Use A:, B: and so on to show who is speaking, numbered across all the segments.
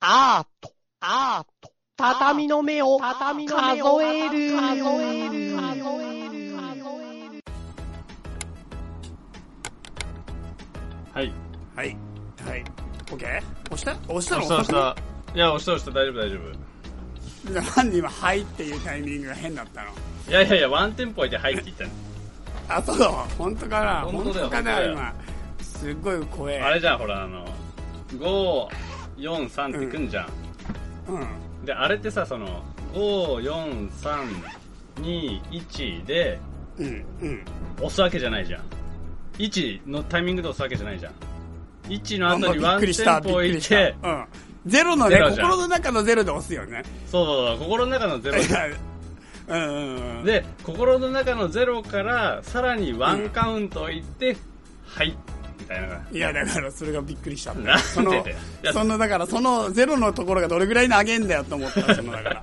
A: アート、アート、畳の目を、畳の目を数える、数える、数える、
B: はい。
C: はい。はい。オッケー押した押し
B: 押
C: たの
B: した押した。いや、押した押した。大丈夫大丈夫。
C: じゃあ何今、はいっていうタイミングが変だったの。
B: いやいやいや、ワンテンポ置いて入っていったの
C: あ、そう本当かな
B: 本当だよ
C: か
B: 本
C: な
B: 当だよ
C: 今。すっごい怖え。
B: あれじゃん、ほら、あの、5、4、3ってくんじゃん。
C: うん。
B: で、あれってさ、その、5、4、3、2、1で、
C: うん。うん。
B: 押すわけじゃないじゃん。1のタイミングで押すわけじゃないじゃん。1の後に
C: びっ
B: ワン
C: く
B: テ
C: りした、
B: ン
C: び
B: ポ
C: っく
B: 置
C: り
B: い
C: した。
B: て、
C: うん。ゼロのね
B: ゼロ、じゃん
C: 心の中のゼロで押すよね。
B: そうそうそう、心の中の ゼロ。
C: うんうんうん。
B: で、心の中のゼロから、さらにワンカウント置いて、はい、みたいな。
C: いや、だからそれがびっくりしたんだ
B: な
C: よ。
B: んで
C: その
B: だよいや
C: そのだからそのゼロのところがどれぐらい投げんだよと思った、その だから。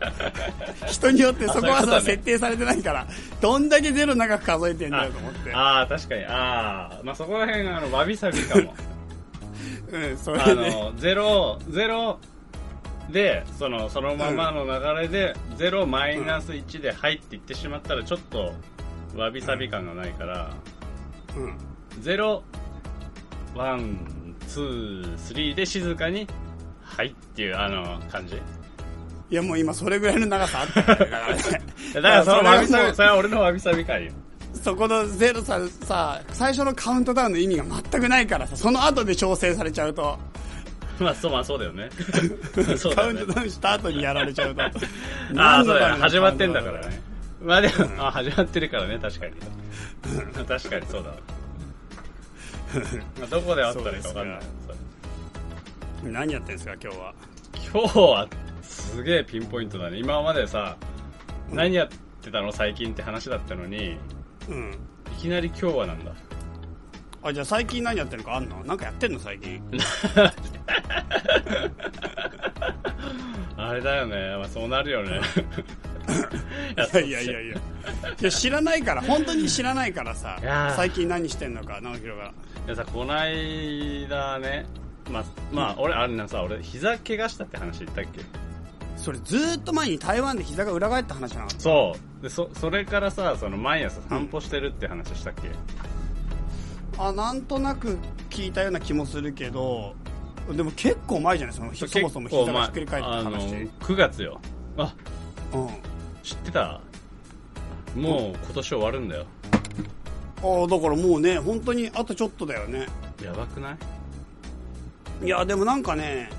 C: 人によってそこ
B: あそうい
C: は
B: うこと
C: さ、
B: ね
C: 設定されてないから、どんだけゼロ長く数えてんだよと思って。
B: ああ、確かに。ああ、まあそこら辺が、あの、わびさびか も。
C: うん、そ
B: あ
C: れね。
B: の、ゼロ、ゼロで、その、そのままの流れで、ゼロマイナス1で入っていってしまったら、ちょっと、わびさび感がないから、
C: うん。
B: ゼロ、ワン、ツー、スリーで静かに、はいっていう、あの、感じ。
C: いや、もう今それぐらいの長さあったからね。だからね
B: だから、そのわび
C: そ
B: さ
C: れはも
B: び、それは俺のわびさび感よ。
C: うそこのゼロさ、さ、最初のカウントダウンの意味が全くないからさ、その後で調整されちゃうと、
B: まあ、そう、まあ、そうだよ ね。そうだ
C: カウ
B: よ
C: ン
B: ね
C: ト。ダウンした後にやられちゃうと。
B: ああ、
C: 何
B: そ
C: の
B: うだ
C: た
B: よ。
C: めの
B: 始まってんだか
C: カウントダウ
B: ら
C: ン
B: ね。まあでも、あ始まってるからね、確かに。確かにそうだわ。まあどこで会ったらいいか分かんない。
C: 何やってんすか、今日は。
B: 今日は、すげえピンポイントだね。今までさ、何やってたの最近って話だったのに、い
C: うん。
B: きなり今日はなんだ。
C: あじゃあ最近何やってるのかあんのなんかやってんの最 近
B: あれだよね。まあそうなるよ ね。
C: いやいやいやいやいや知らないから本当に知らないからさ
B: いやー
C: 最近何してんのか直弘が
B: いやさ、こないだね、まあ、まあ、俺、あれなさ、俺、膝怪我したって話言ったっけ
C: それずーっと前に台湾で膝が裏返った話なの
B: そうでそそれからさその毎朝散歩してるって話したっけ、
C: あなんとなく聞いたような気もするけどでも結構前じゃないそのそもそも
B: 結構
C: 膝
B: まあ
C: がひっくり返った
B: あの
C: 話、
B: 9月よあ
C: うん、
B: 知ってたもう今年終わるんだよ
C: ああだからもうね本当にあとちょっとだよね
B: やばくない
C: いやでもなんかね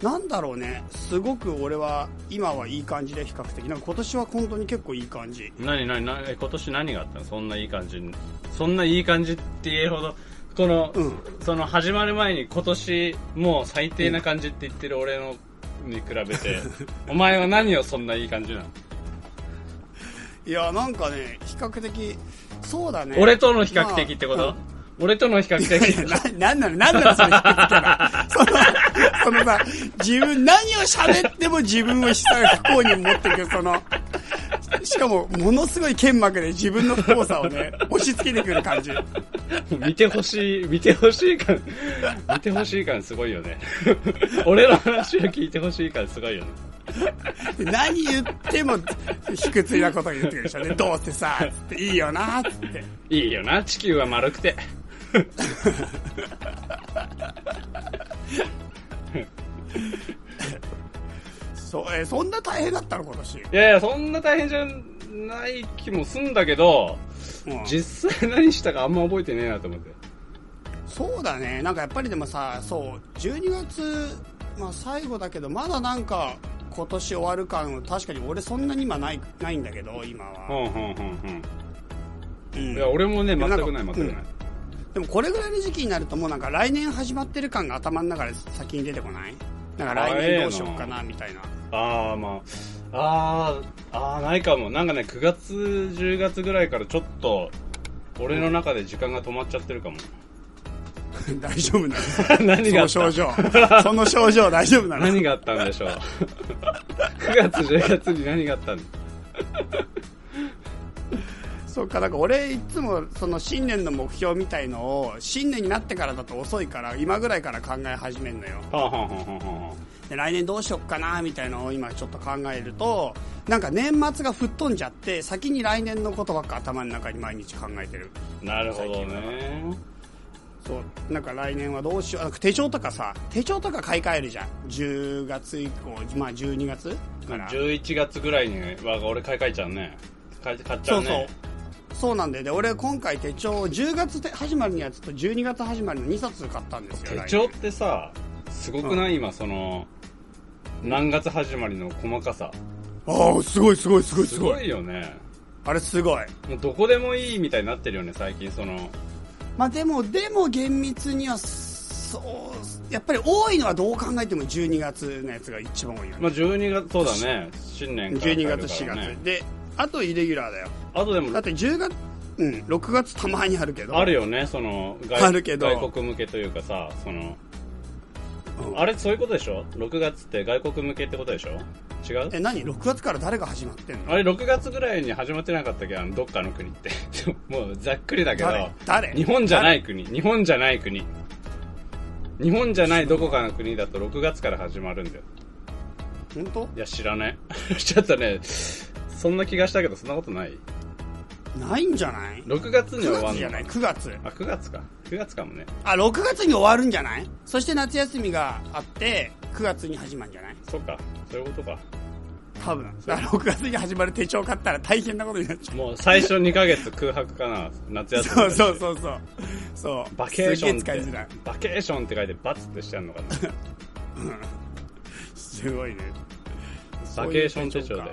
C: なんだろうねすごく俺は今はいい感じで比較的なんか今年は本当に結構いい感じ
B: 何何何え今年何があったのそんないい感じにそんないい感じって言えほどこの、
C: うん
B: その始まる前に今年もう最低な感じって言ってる俺のに比べ てお前は何をそんないい感じなの
C: いやなんかね比較的そうだね
B: 俺との比較的ってこと、
C: まあうん
B: 俺との比較
C: いや
B: 的
C: いや ななんなのなんなのそれ比較 的なそのそのさ自分何を喋っても自分を下が不幸に持っていくそのしかもものすごい剣幕で自分の不幸さをね押し付けてくる感じ
B: 見てほしい、見てほしい感、見てほしい感すごいよね。 俺の話を聞いてほしい感すごいよね。
C: 何言っても卑屈なこと言ってくるでしょうねどうせさつっていいよなつって
B: いいよな、地球は丸くて。
C: そ,、えーそんな大変だったの今年、
B: いやいや、そんな大変じゃない気もすんだけど、
C: うん
B: 実際何したかあんま覚えてねえなと思って。
C: そうだねなんかやっぱりでもさそう12月、まあ、最後だけどまだなんか今年終わる感は確かに俺そんなに今ないないんだけど今
B: う
C: は、
B: んうんうん
C: う
B: うんん。いや、俺もね、全くない
C: なんか
B: 全くない。
C: でもこれぐらいの時期になるともうなんか来年始まってる感が頭の中で先に出てこないなんか来年どうしようかなみたいな
B: ああ、まあ、ああ、ああ、ないかも。なんかね、9月、10月ぐらいからちょっと、俺の中で時間が止まっちゃってるかも。
C: 大丈夫な
B: 何があっ
C: の
B: た
C: その症状 その症状大丈夫なの
B: 何があったんでしょう9月10月に何があったん
C: そっか、だから俺いつもその新年の目標みたいのを新年になってからだと遅いから今ぐらいから考え始めるのよ
B: はあはあはあはあは
C: で来年どうしよっかなみたいなのを今ちょっと考えるとなんか年末が吹っ飛んじゃって先に来年のことばっか頭の中に毎日考えてる
B: なるほどね。
C: そうなんか来年はどうしようなんか手帳とかさ手帳とか買い替えるじゃん10月以降まあ12月から
B: 11月ぐらいには俺買い替えちゃうね。買い買っちゃ
C: そううそう
B: ね。
C: そうなんでで俺今回手帳10月で始まりのやつと12月始まりの2冊買ったんですよ
B: 手帳ってさ、すごくない、今その、何月始まりの細かさ。
C: ああすごいすごいすごい
B: す
C: す
B: ご
C: ごい
B: いよね。
C: あれすごい
B: もうどこでもいいみたいになってるよね、最近その。
C: まあでもでも厳密にはそうやっぱり多いのはどう考えても12月のやつが一番多いよね
B: まあ12月、そうだね。新年から買え
C: 12
B: るから、ね。
C: 月4月、であとイレギュラーだよ
B: あとで
C: だ
B: も
C: っ、て10月うん6月たまにあるけど
B: あるよね、その外
C: あるけど
B: 外国向けというかさ、その、
C: うん
B: あれそういうことでしょ ?6 月って外国向けってことでしょ違う
C: え何6月から誰が始まってんの
B: あれ6月ぐらいに始まってなかったっけあのどっかの国って。 もうざっくりだけど
C: 誰、誰
B: 日本じゃない国、日本じゃない国。日本じゃないどこかの国だと6月から始まるんだよ。
C: 本当
B: いや、知らない。 ちょっとね、そんな気がしたけど、そんなことない
C: ないんじゃない
B: ?6 月に終
C: 9
B: わ
C: 月
B: ん
C: じゃ
B: の
C: ない9月
B: あ、9月か。9月かもね。
C: あ6月に終わるんじゃないそして夏休みがあって9月に始まるんじゃない
B: そっか。そういうことか。
C: 多分だから6月に始まる手帳買ったら大変なことになっちゃう
B: もう最初2ヶ月空白かな。夏休みだ
C: そう
B: し。
C: そうそうそうそう
B: バケーションっ
C: すげえ使い
B: て
C: づらい、
B: バケーションって書いてバツってしちゃうのか な。
C: すごいね
B: バケーション手帳だよ。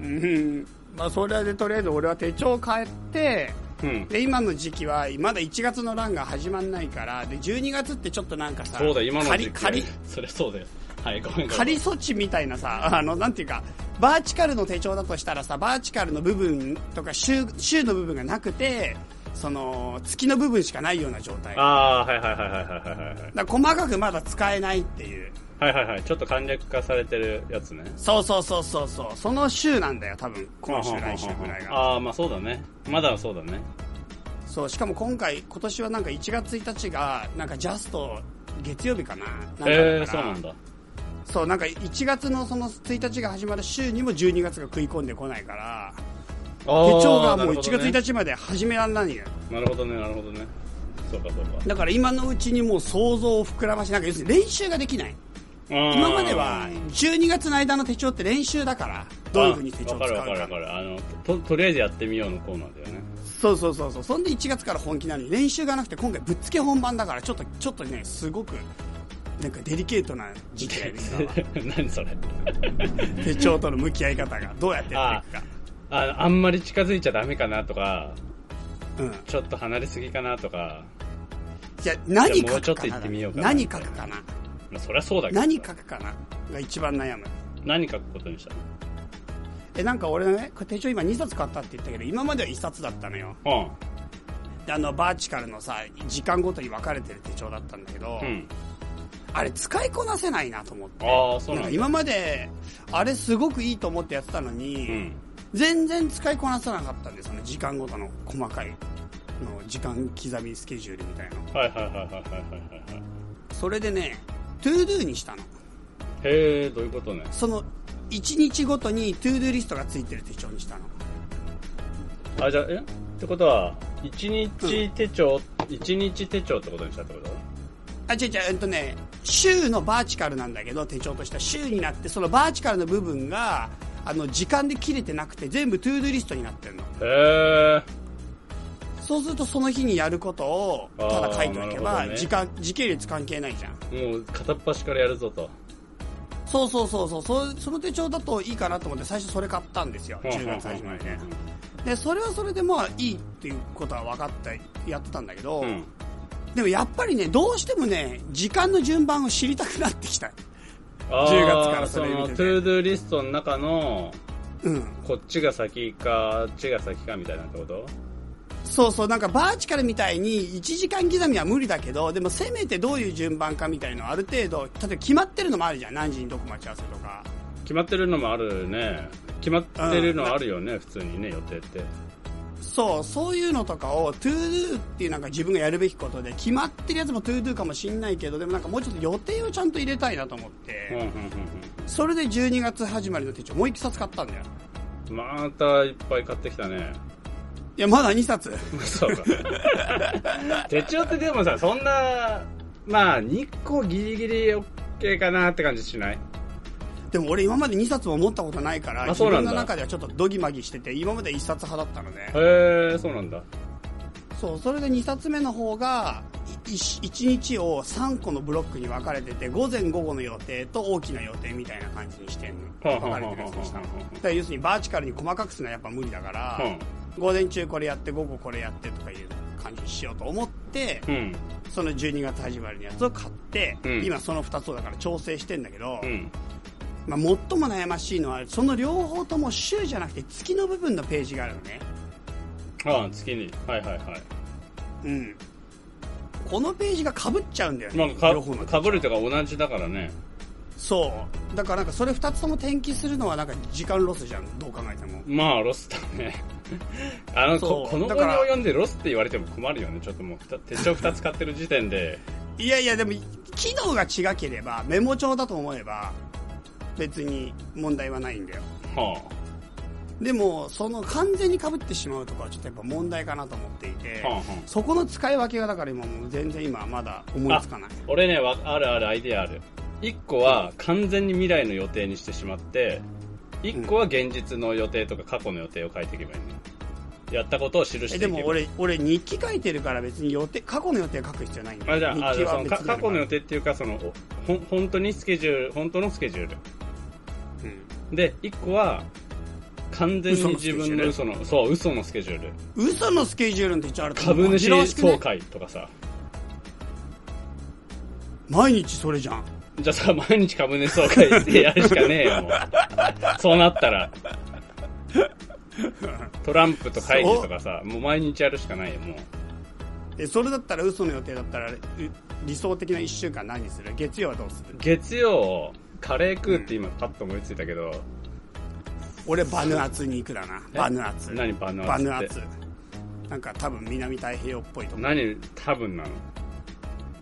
C: うんまあそれでとりあえず俺は手帳変えて
B: うん。
C: で今の時期はまだ1月の欄が始まんないからで12月ってちょっとなんかさ
B: そうだ、今の時期。
C: 仮仮
B: それそうだよ。はい、ごめんごめ
C: 仮
B: ん。
C: 措置みたいなさあのなんていうかバーチカルの手帳だとしたらさバーチカルの部分とか週週の部分がなくてその月の部分しかないような状態だか
B: ああー、はいはいはいはいはいはいはい。
C: ら細かくまだ使えないっていう
B: はいはいはい。ちょっと簡略化されてるやつね。
C: そうそうそうそうそうその週なんだよ多分今週来週ぐらいが
B: ああー、まあそうだね。まだそうだね。
C: そうしかも今回今年はなんか1月1日がなんかジャスト月曜日かななんかだから
B: ええー、そうなんだ。
C: そうなんか1月のその1日が始まる週にも12月が食い込んでこないから
B: 手
C: 手帳がもう1月
B: 日
C: 1日まで始めらんないのよ、
B: なるほどね、なるほどね。そうか、そうか。
C: だから今のうちにもう想像を膨らましなんか要するに練習ができない今
B: 今
C: までは、12月の間の手帳って練習だからどういうふうに手帳を使う
B: わかるわ
C: か
B: かるわかる。あの、と、とりあえずやってみようのコーナーだよね。
C: そうそうそうそうそんで1月から本気なのに練習がなくて今回ぶっつけ本番だからちょっとちょっとねすごくなんかデリケートな時期だよね 今は
B: 何それ。
C: 手帳との向き合い方がどうやってやっていくか
B: あのあんまり近づいちゃダメかなとか、
C: うん、い
B: ちょっと離れすぎかなとか、
C: や何
B: じゃあも
C: 書
B: うちょ
C: く
B: っと
C: か
B: 行
C: な
B: ってみようかな
C: 何書くかな
B: まあ、そりゃそうだけど。
C: 何書くかなが一番悩む
B: 何書くことにした
C: えなんか俺ねこれ手帳今2冊買ったって言ったけど今までは1冊だったのよ
B: の
C: であのバーチカルのさ時間ごとに分かれてる手帳だったんだけど、
B: うん。うん。
C: あれ使いこなせないなと思って
B: ああ、そう
C: な
B: なんん
C: か
B: だ。
C: 今まであれすごくいいと思ってやってたのに、
B: うん。
C: 全然使いこなせなかったんですよね時間ごとの細かいの時間刻みスケジュールみたいな
B: はいはいはいはいはいはいはい。
C: それでねトゥードゥにしたの
B: へえ、どういうことね。
C: その1日ごとにトゥードゥリストがついてる手帳にしたの
B: あ、じゃあ、えってことは、一日手帳、一日手帳ってことにしたってこと
C: あ違う違うえっとね週のバーチカルなんだけど手帳としては週になってそのバーチカルの部分があの時間で切れてなくて全部トゥードゥリストになってるの
B: へえ。
C: そうするとその日にやることをただ書いて
B: あー
C: おけ
B: なるほ
C: ば
B: どね
C: 時間、時系列関係ないじゃん
B: もう片っ端からやるぞと。
C: そうそうそうそうそうその手帳だといいかなと思って最初それ買ったんですよ
B: うん
C: 10月始まり
B: う
C: で
B: ん
C: でそれはそれでまあいいっていうことは分かってやってたんだけど、
B: うん。
C: でもやっぱりねどうしてもね時間の順番を知りたくなってきた
B: あー
C: 10月からそれ見
B: の、
C: てて
B: トゥードゥリストの中の、
C: うん
B: こっちが先か、あっちが先かみたいなってこと
C: そうそうなんかバーチカルみたいに1時間刻みは無理だけどでもせめてどういう順番かみたいのはある程度例えば決まってるのもあるじゃん何時にどこ待ち合わせとか
B: 決まってるのもあるね。決まってるのあるよね、普通にね、予定って。
C: そうそういうのとかを ToDo っていうなんか自分がやるべきことで決まってるやつも ToDo かもしれないけどでもなんかもうちょっと予定をちゃんと入れたいなと思って、
B: うんうん
C: それで12月始まりの手帳もう1冊買ったんだよ
B: うんまたいっぱい買ってきたね
C: いやまだ2冊
B: そうか手帳ってでもさそんなまあ2個ギリギリ OK かなって感じしない
C: でも俺今まで2冊も持ったことないから
B: あ
C: 自
B: そうな
C: 分
B: んだ
C: の中ではちょっとドギマギしてて今まで1冊派だったのね
B: へえそうなんだ
C: そうそれで2冊目の方が1日を3個のブロックに分かれてて午前午後の予定と大きな予定みたいな感じにしてんの
B: はあ
C: 分
B: はあは
C: か
B: あ
C: れてるやつにしたのだから要するにバーチカルに細かくするのはやっぱ無理だから、
B: うん
C: 午前中これやって午後これやってとかいう感じにしようと思って
B: うん
C: その12月始まりのやつを買って、
B: うん
C: 今その2つをだから調整してんだけど、
B: うん
C: まあ、最も悩ましいのはその両方とも週じゃなくて月の部分のページがあるのね
B: ああ月にはいはいはい
C: うんこのページがかぶっちゃうんだよ
B: ま
C: ね、
B: あ
C: 両方の
B: かかぶるとか同じだからね
C: そうだからなんかそれ2つとも転記するのはなんか時間ロスじゃんどう考えても
B: まあロスだね あの
C: そ
B: こ
C: う
B: この
C: だ
B: 語
C: か
B: を
C: ら
B: 読んでロスって言われても困るよねちょっともうふた手帳2つ買ってる時点で
C: いやいやでも機能が違ければメモ帳だと思えば別に問題はないんだよ
B: は
C: でもその完全にかぶってしまうとかはちょっとやっぱ問題かなと思っていて、
B: あ、はあはあ、
C: そこの使い分けがだから今もう全然今まだ思いつかない
B: 俺ねわあるあるアイデアある1個は完全に未来の予定にしてしまって1個は現実の予定とか過去の予定を書いていけばいいのよやったことを記して
C: え
B: いけ
C: で
B: ばいい
C: も俺俺日記書いてるから別に予定過去の予定書く必要ないんだよ
B: あじゃああ
C: 日記
B: じゃあそ
C: は
B: の
C: 別
B: か
C: に
B: 過去の予定っていうかそのおほん本当にスケジュール本当のスケジュールで1個は完全に自分の嘘のそう嘘のスケジュール
C: うん、嘘のスケジュールの手帳あると
B: 株
C: 面白
B: 主
C: いしくね
B: 総会とかさ
C: 毎日それじゃん
B: じゃあさ毎日株主総会ってやるしかねえよもうそうなったらトランプと会議とかさもう毎日やるしかないよもう
C: えそれだったら嘘の予定だったらう理想的な1週間何する月曜はどうする
B: 月曜カレー食うって今パッと思いついたけど、
C: 俺バヌアツに行くだな
B: え
C: バヌアツ
B: 何バヌア
C: バ
B: ツって
C: ヌアツなんか多分南太平洋っぽいと思う
B: 何多分な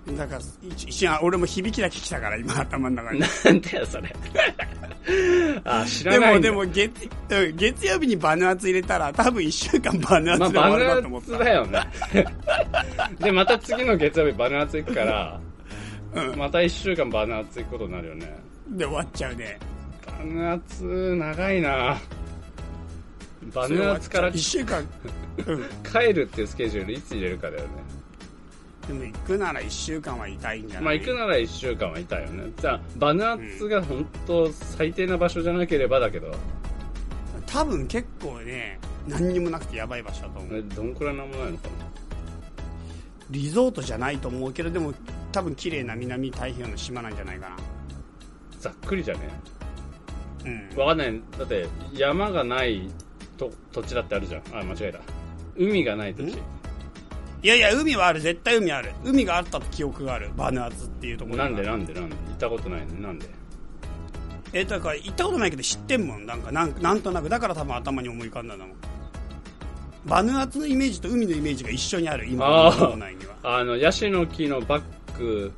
B: の
C: だから一一瞬俺も響きだけ来たから今頭の中に
B: なんだよそれ あ知ら
C: で
B: ない
C: も
B: んだ
C: でも月うん月曜日にバヌアツ入れたら多分1週間バヌア
B: まあ
C: ツで終
B: バ
C: わ
B: ヌ
C: る
B: ア
C: なと思っ
B: ツ
C: た、
B: だよね でまた次の月曜日バヌアツ行くから、また1週間バヌアツ行くことになるよね
C: で終わっちゃうね
B: バヌアツ長いなバヌアツから
C: 1週間うん
B: 帰るっていうスケジュールいつ入れるかだよね
C: でも行くなら1週間は痛いんじゃない
B: まあ行くなら1週間はいたよねじゃあバヌアツが本当最低な場所じゃなければだけど、
C: 多分結構ね何にもなくてやばい場所だと思
B: え
C: う
B: どんくらいなんもないのか
C: リゾートじゃないと思うけどでも多分綺麗な南太平洋の島なんじゃないかな
B: なざっくりじゃね
C: うん
B: わかんないだって山がないと土地だってあるじゃんあ間違えた海がない土地
C: いやいや海はある絶対海ある海があった記憶があるバヌアツっていうところが
B: なんでなんでなんで行ったことないのになんで
C: えだから行ったことないけど知ってんもんなんかなんなんとなくだから多分頭に思い浮かんだんだもんバヌアツのイメージと海のイメージが一緒にある今
B: あ
C: の
B: ー
C: 脳内には
B: あのヤシの木のバック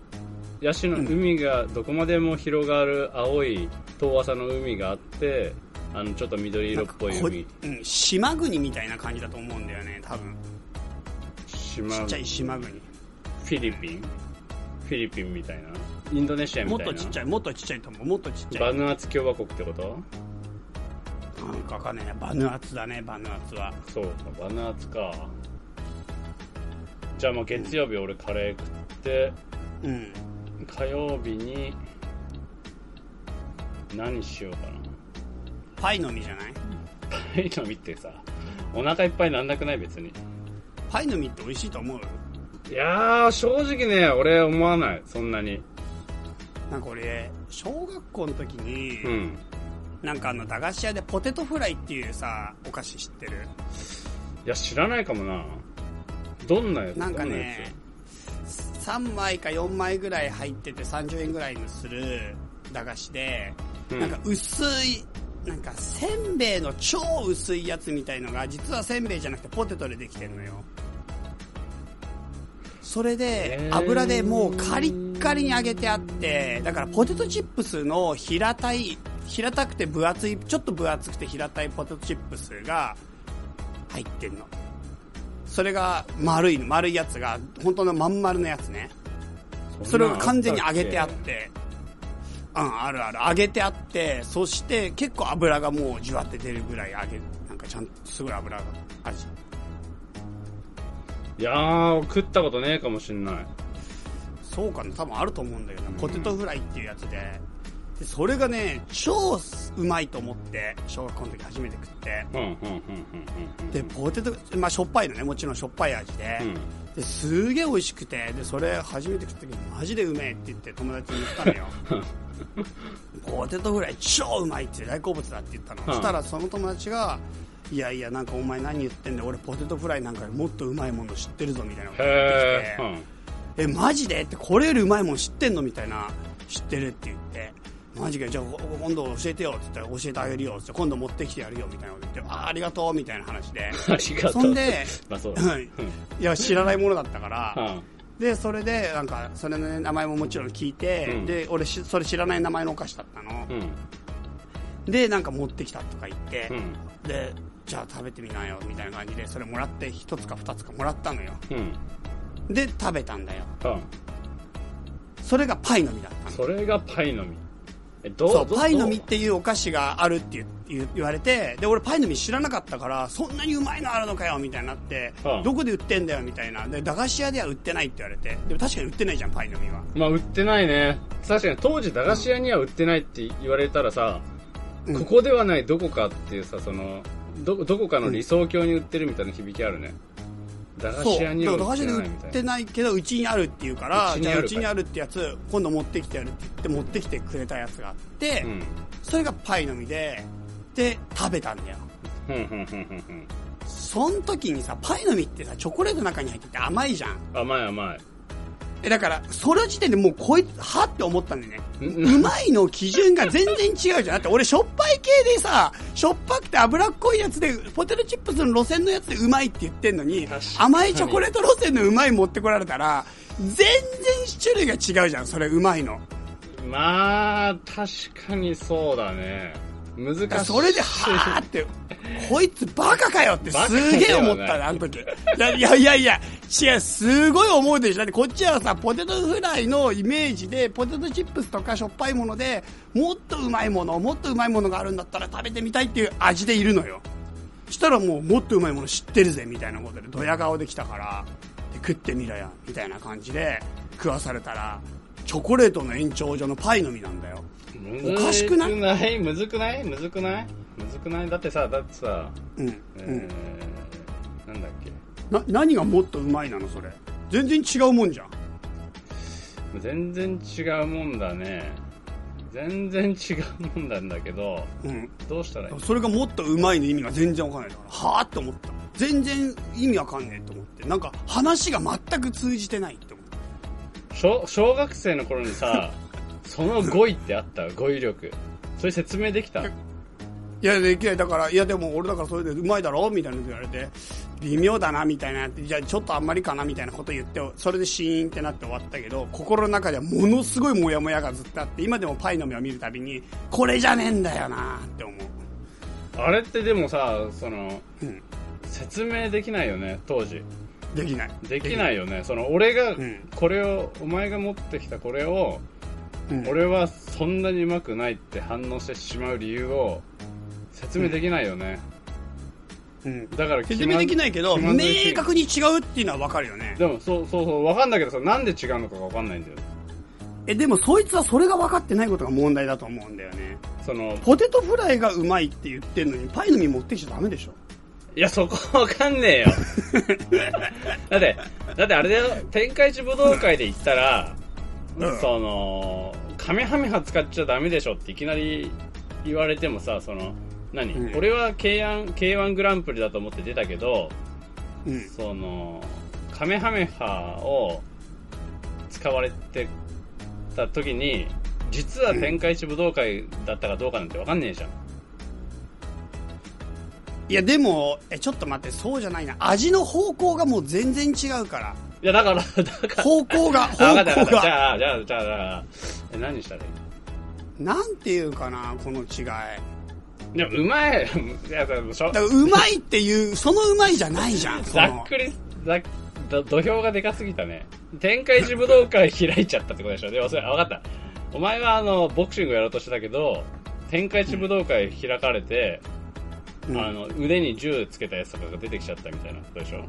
B: ヤシの海がどこまでも広がる青い遠浅の海があってあのちょっと緑色っぽい
C: こ
B: 海
C: うん、島国みたいな感じだと思うんだよね多分
B: 島
C: ちっちゃい島国
B: フィリピンフィリピンみたいなインドネシアみ
C: もった
B: いな
C: とちっちゃいもっとちっちゃいと思うもっとちっちゃ
B: バ
C: い
B: ヌアツ共和国ってこと
C: なんかわかんないなバヌアツだねバヌアツは
B: そうかバヌアツかじゃあまあ月曜日俺カレー食って
C: うん
B: 火曜日に何しようかな
C: パイの実じゃない
B: パイの実ってさお腹いっぱいなんなくない別に
C: パイの実って美味しいと思う
B: いやー正直ね俺思わないそんなに
C: なんか俺小学校の時に、
B: うん
C: なんかあの駄菓子屋でポテトフライっていうさお菓子知ってる
B: いや知らないかもなどんなやつ
C: なんか
B: どや
C: ね3枚か4枚ぐらい入ってて30円ぐらいのする駄菓子で、
B: うん
C: なんか薄いなんかせんべいの超薄いやつみたいのが実はせんべいじゃなくてポテトでできてるのよそれで
B: へー
C: 油でもうカリッカリに揚げてあってだからポテトチップスの平たい平たくて分厚いちょっと分厚くて平たいポテトチップスが入ってんのそれが丸いの丸いやつが本当のまん丸のやつねそれを完全に揚げてあって、うん、あるある、揚げてあって、そして結構油がもうじゅわって出るぐらい揚げ、なんかちゃんとすごい油が味。
B: いやー食ったことねえかもしんない
C: そうかな、多分あると思うんだけどな、ポテトフライっていうやつで、でそれがね、超うまいと思って、小学校の時初めて食って、
B: うんうんうんうんうん
C: で、ポテト、まあしょっぱいのね、もちろんしょっぱい味で、
B: うん
C: ですげえ美味しくて、で、それ初めて食った時にマジでうめえって言って友達に言った のよ。ポテトフライ超うまいって大好物だって言ったの、
B: うん
C: そしたらその友達がいやいやなんかお前何言ってんだよ俺ポテトフライなんかよりもっとうまいもの知ってるぞみたいなこと言って
B: へ
C: き
B: え、う
C: て、
B: ん、
C: えマジでってこれよりうまいもの知ってんのみたいな知ってるって言ってマジかじゃあおお今度教えてよって言ったら教えてあげるよって今度持ってきてやるよみたいなこと言ってあーありがとうみたいな話で
B: ありがとう
C: そんで
B: まあそうだね
C: はいいや知らないものだっ たから、
B: うん
C: でそれでなんかそれの、ね、名前ももちろん聞いて、
B: うん
C: で俺しそれ知らない名前のお菓子だったの、
B: うん
C: でなんか持ってきたとか言って、
B: うん
C: でじゃあ食べてみなよみたいな感じでそれもらって1つか2つかもらったのよ
B: うん
C: で食べたんだよ
B: うん
C: それがパイの実だったの
B: それがパイの実えど
C: そう
B: ど
C: パイの実っていうお菓子があるって言言言われてで俺パイの実知らなかったからそんなにうまいのあるのかよみたいになって、
B: うん
C: どこで売ってんだよみたいなで駄菓子屋では売ってないって言われてでも確かに売ってないじゃんパイの実は
B: まあ売ってないね確かに当時駄菓子屋には売ってないって言われたらさ、
C: うん
B: ここではないどこかっていうさそのどどこかの理想郷に売ってるみたいな響きあるね、駄菓
C: そう
B: 子屋には
C: だから
B: 売
C: 駄菓
B: ってな
C: 子屋で
B: いみ
C: 売ったて
B: いな
C: ないけどうちにあるって言うから
B: うちに
C: じ
B: あ
C: ゃあ
B: る
C: うちにあるってやつ今度持ってきてやるって言って持ってきてくれたやつがあって、
B: うん
C: それがパイの実でで食べたんだよ
B: うんうんうんうん
C: そん時にさパイの実ってさチョコレートの中に入ってて甘いじゃん
B: うん甘い甘い
C: えだからその時点でもうこいつはって思ったんだよね
B: うん
C: うまいの基準が全然違うじゃんだって俺しょっぱい系でさしょっぱくて脂っこいやつでポテトチップスの路線のやつでうまいって言ってんのに
B: 確かに
C: 甘いチョコレート路線のうまい持ってこられたら全然種類が違うじゃんそれうまいの
B: まあ確かにそうだね難し
C: だから
B: い
C: それで、はー って、こいつバカかよってすげえ思っ
B: バカ
C: た
B: だよね
C: ね、あの時。いやいやいやいや、違う、すごい思うでしょ。だってこっちはさ、ポテトフライのイメージで、ポテトチップスとかしょっぱいもので、もっとうまいもの、もっとうまいものがあるんだったら食べてみたいっていう味でいるのよ。したらもう、もっとうまいもの知ってるぜ、みたいなことで、ドヤ顔できたから、で食ってみろよ、みたいな感じで、食わされたら、チョコレートの延長上のパイの実なんだよ。
B: む
C: おかしくない
B: ないむずくないむずくないむずくないだってさだってさ
C: うん。
B: え
C: うん
B: ーなんだっけ
C: な何がもっとうまいなのそれ全然違うもんじゃん
B: 全然違うもんだね全然違うもんなんだけど
C: うん
B: どうしたらいい
C: それがもっとうまいの意味が全然わかんないだからはあって思った全然意味わかんねえと思ってなんか話が全く通じてないって思った
B: 小小学生の頃に さその語彙ってあった語彙力それ説明できた
C: いやできないだからいやでも俺だからそれでうまいだろみたいなこと言われて微妙だなみたいなじゃあちょっとあんまりかなみたいなこと言ってそれでシーンってなって終わったけど心の中ではものすごいモヤモヤがずっとあって今でもパイの目を見るたびにこれじゃねえんだよなって思う
B: あれってでもさその
C: うん
B: 説明できないよね当時
C: できない
B: できないよねその俺が
C: ん
B: これを、お前が持ってきたこれを、
C: うん
B: 俺はそんなにうまくないって反応してしまう理由を説明できないよね、
C: うん
B: だから
C: 説明できないけど、
B: 気
C: 明
B: まずいし
C: 確に違うっていうのはわかるよね。
B: でもそうそうそう分かんだけどさなんで違うのかが分かんないんだよ
C: え、でもそいつはそれが分かってないことが問題だと思うんだよね。
B: その
C: ポテトフライがうまいって言ってんのに、パイの実持ってきちゃダメでしょ。
B: いやそこ分かんねえ よだってだってあれだよ天下一武道会で言ったら、
C: うん
B: そのカメハメハ使っちゃダメでしょっていきなり言われてもさその何、
C: うん
B: 俺は K1, K1 グランプリだと思って出たけど
C: うん。
B: そのカメハメハを使われてた時に実は天下一武道会だったかどうかなんて分かんねえじゃん
C: いや、でも、え、ちょっと待って、そうじゃないな。味の方向がもう全然違うから。
B: いや、だから、だから、
C: 方向が、
B: あ
C: 方
B: わかったわ
C: 向
B: かったじ
C: が。
B: ゃあ、じゃあ、じゃあ、じゃあ、え何したらいい
C: なんていうかな、この違い。だか
B: いや、うまい。 いや、だからしょ
C: ら、うまいっていう、そのうまいじゃないじゃん。そ
B: ざっ
C: の
B: くり、ざっど土俵がでかすぎたね。展開児武道会開いちゃったってことでしょ。でもそれ、あわかった。お前はあの、ボクシングやろうとしてたけど、展開児武道会開かれて、
C: うん
B: あの、腕に銃つけたやつとかが出てきちゃったみたいなことでしょ。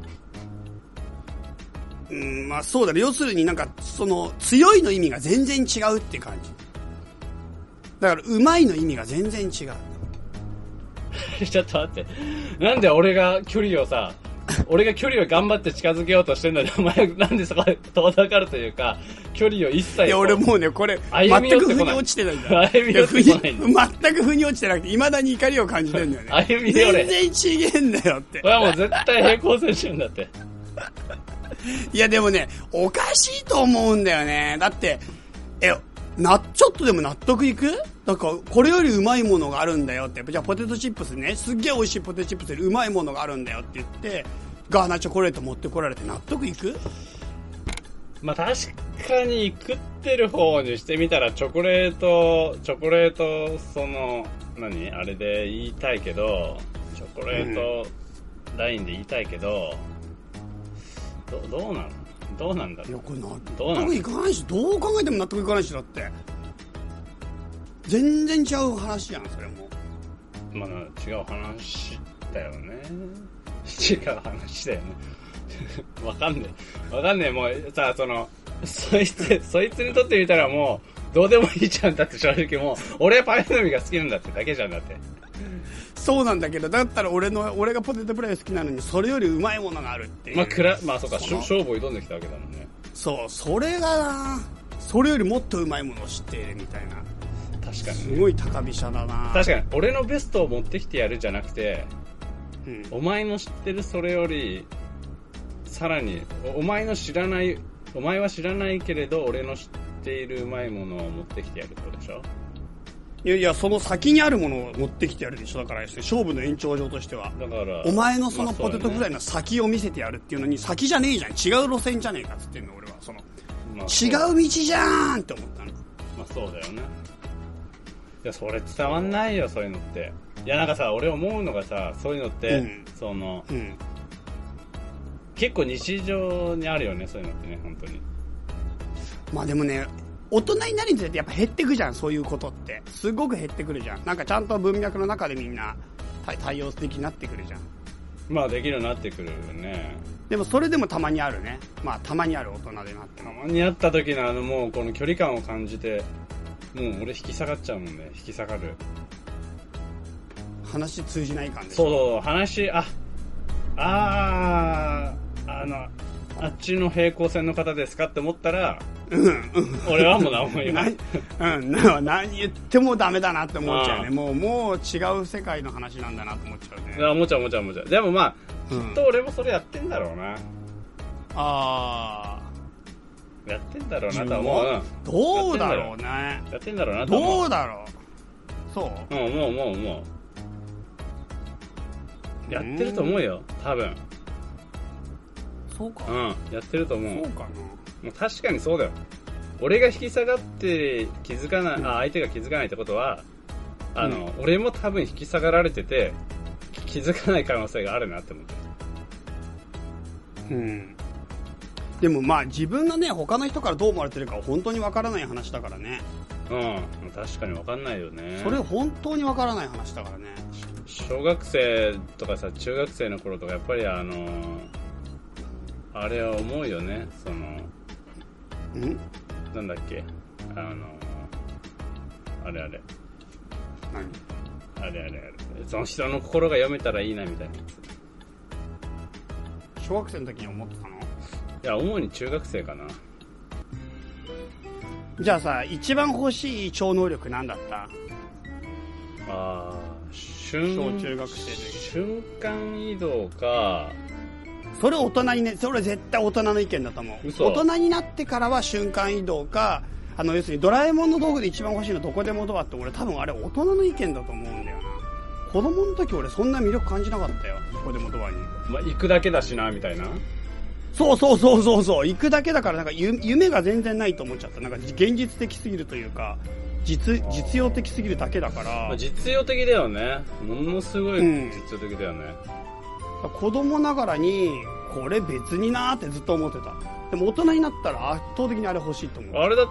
C: うん、まあそうだね。要するになんか、その、強いの意味が全然違うって感じ。だから、うまいの意味が全然違う。
B: ちょっと待って。なんで俺が距離をさ、俺が距離を頑張って近づけようとしてんのに、お前なんでそこで遠ざかるというか、距離を一切こう。
C: いや、俺もうね、これ、
B: 歩み寄
C: 全
B: っ
C: く
B: て
C: 腑
B: こ
C: に
B: ない
C: 落ちてないんだ。
B: 歩み寄ってこない
C: いや腑に全く腑に落ちてなくて、未だに怒りを感じてんだよね。
B: 歩み寄れ
C: 全然違えんだよって
B: こ。れはもう絶対平行線してるんだって。
C: いや、でもね、おかしいと思うんだよね。だって、え、な、ちょっとでも納得いくなんか、これよりうまいものがあるんだよって。じゃあ、ポテトチップスね、すっげえ美味しいポテトチップスよりうまいものがあるんだよって言って、ガーナチョコレート持ってこられて納得いく
B: まあ確かに食ってる方にしてみたらチョコレート、チョコレート、その、何あれで言いたいけど、チョコレートラインで言いたいけど、ど、どうなのどうなんだ
C: い
B: ろ
C: や、
B: う
C: これ納
B: どうなの
C: 得いかないし、どう考えても納得いかないし、だって。全然違う話じゃん、それも。
B: まあ違う話だよね。違う話だよね。わかんね え。わかんねえ。もう、さ、その、そいつ、そいつにとってみたらもう、どうでもいいじゃんだって正直もう、俺はパイの実が好きなんだってだけじゃんだって。
C: そうなんだけど、だったら俺の、俺がポテトプレイ好きなのに、それよりうまいものがあるっていう。
B: まあ、くら、まあ、そうか、
C: そ
B: しょ
C: の
B: 勝負を挑んできたわけだもんね。
C: そう、それがな、それよりもっとうまいものを知っているみたいな。
B: 確か
C: す
B: にね。
C: ごい高飛車だな。
B: 確かに、俺のベストを持ってきてやるじゃなくて、
C: うん
B: お前の知ってるそれより、さらに、おお前の知らない、お前は知らないけれど、俺の知っているうまいものを持ってきてやるってことでしょ
C: いやいや、その先にあるものを持ってきてやるでしょ。だから、勝負の延長上としては。
B: だから、
C: お前のそのポテトフライ
B: イ、
C: の先を見せてやるっていうのに、先じゃねえじゃん。違う路線じゃねえかっつってんの、俺は。その、
B: まあ
C: 違
B: そう
C: 道じゃーんって思ったの。
B: まあそうだよね。いや、それ伝わんないよ、そういうのって。いや、なんかさ、俺思うのがさ、そういうのって、
C: うん
B: その、
C: うん。
B: 結構日常にあるよね、そういうのってね、本当に。
C: まあでもね、大人になるにつれてやっぱ減ってくじゃん、そういうことって。すごく減ってくるじゃん。なんかちゃんと文脈の中でみんな対対応的になってくるじゃん。
B: まあできるようになってくるよね。
C: でもそれでもたまにあるね。まあたまにある大人でなって
B: た
C: も。
B: まに会った時のあのもうこの距離感を感じて、もう俺引き下がっちゃうもんね、引き下がる。
C: 話通じない感じ。
B: そうそう、話、あ、あー、あの、あっちの平行線の方ですかって思ったら、俺はもう何も言わ
C: な
B: ない。
C: うん、 な何言ってもダメだなって思っちゃうね。
B: うん
C: もう、もう違う世界の話なんだなって思っちゃうね。
B: あもちゃもちゃもちゃ。でもまあ、
C: うん
B: きっと俺もそれやってんだろうな。
C: あ
B: やってんだろ
C: あ。
B: うなとは思う。うん
C: どうだろうね。
B: やってんだろうなとは思う。
C: どうだろう。そう
B: もうもうもうもう。やってると思うよ、多分。
C: そうか
B: う。ん、やってると思う。
C: そうかな。
B: もう確かにそうだよ。俺が引き下がって気づかない、あ、相手が気づかないってことは、あの、俺も多分引き下がられてて、気づかない可能性があるなって思ってる。
C: うん。でもまあ自分がね、他の人からどう思われてるかは本当にわからない話だからね。
B: うん、確かにわかんないよね。
C: それ本当にわからない話だからね。
B: 小学生とかさ中学生の頃とかやっぱりあのあれは思うよねその
C: うん
B: なんだっけあのあれあれ
C: 何
B: あれあれあれその人の心が読めたらいいなみたいなや
C: 小学生の時に思ってたの
B: ついや主に中学生かな
C: じゃあさ、一番欲しい超能力なんだった
B: あー瞬
C: 小中学生で
B: 瞬間移動か
C: それ大人にね、それ絶対大人の意見だと思う。
B: 嘘
C: 大人になってからは瞬間移動か、あの、要するにドラえもんの道具で一番欲しいのどこでもドアって俺多分あれ大人の意見だと思うんだよな。子供の時俺そんな魅力感じなかったよ子供とはに
B: まあ、行くだけだしな、みたいな。
C: そうそうそうそうそう行くだけだからなんかゆ夢が全然ないと思っちゃったなんか現実的すぎるというか実実用的すぎるだけだ
B: ま
C: から
B: あ、実用的だよね。ものすごい
C: うん
B: 実用的だよね。
C: 子供ながらにこれ別になーってずっと思ってたでも大人になったら圧倒的にあれ欲しいと思う
B: あれだって、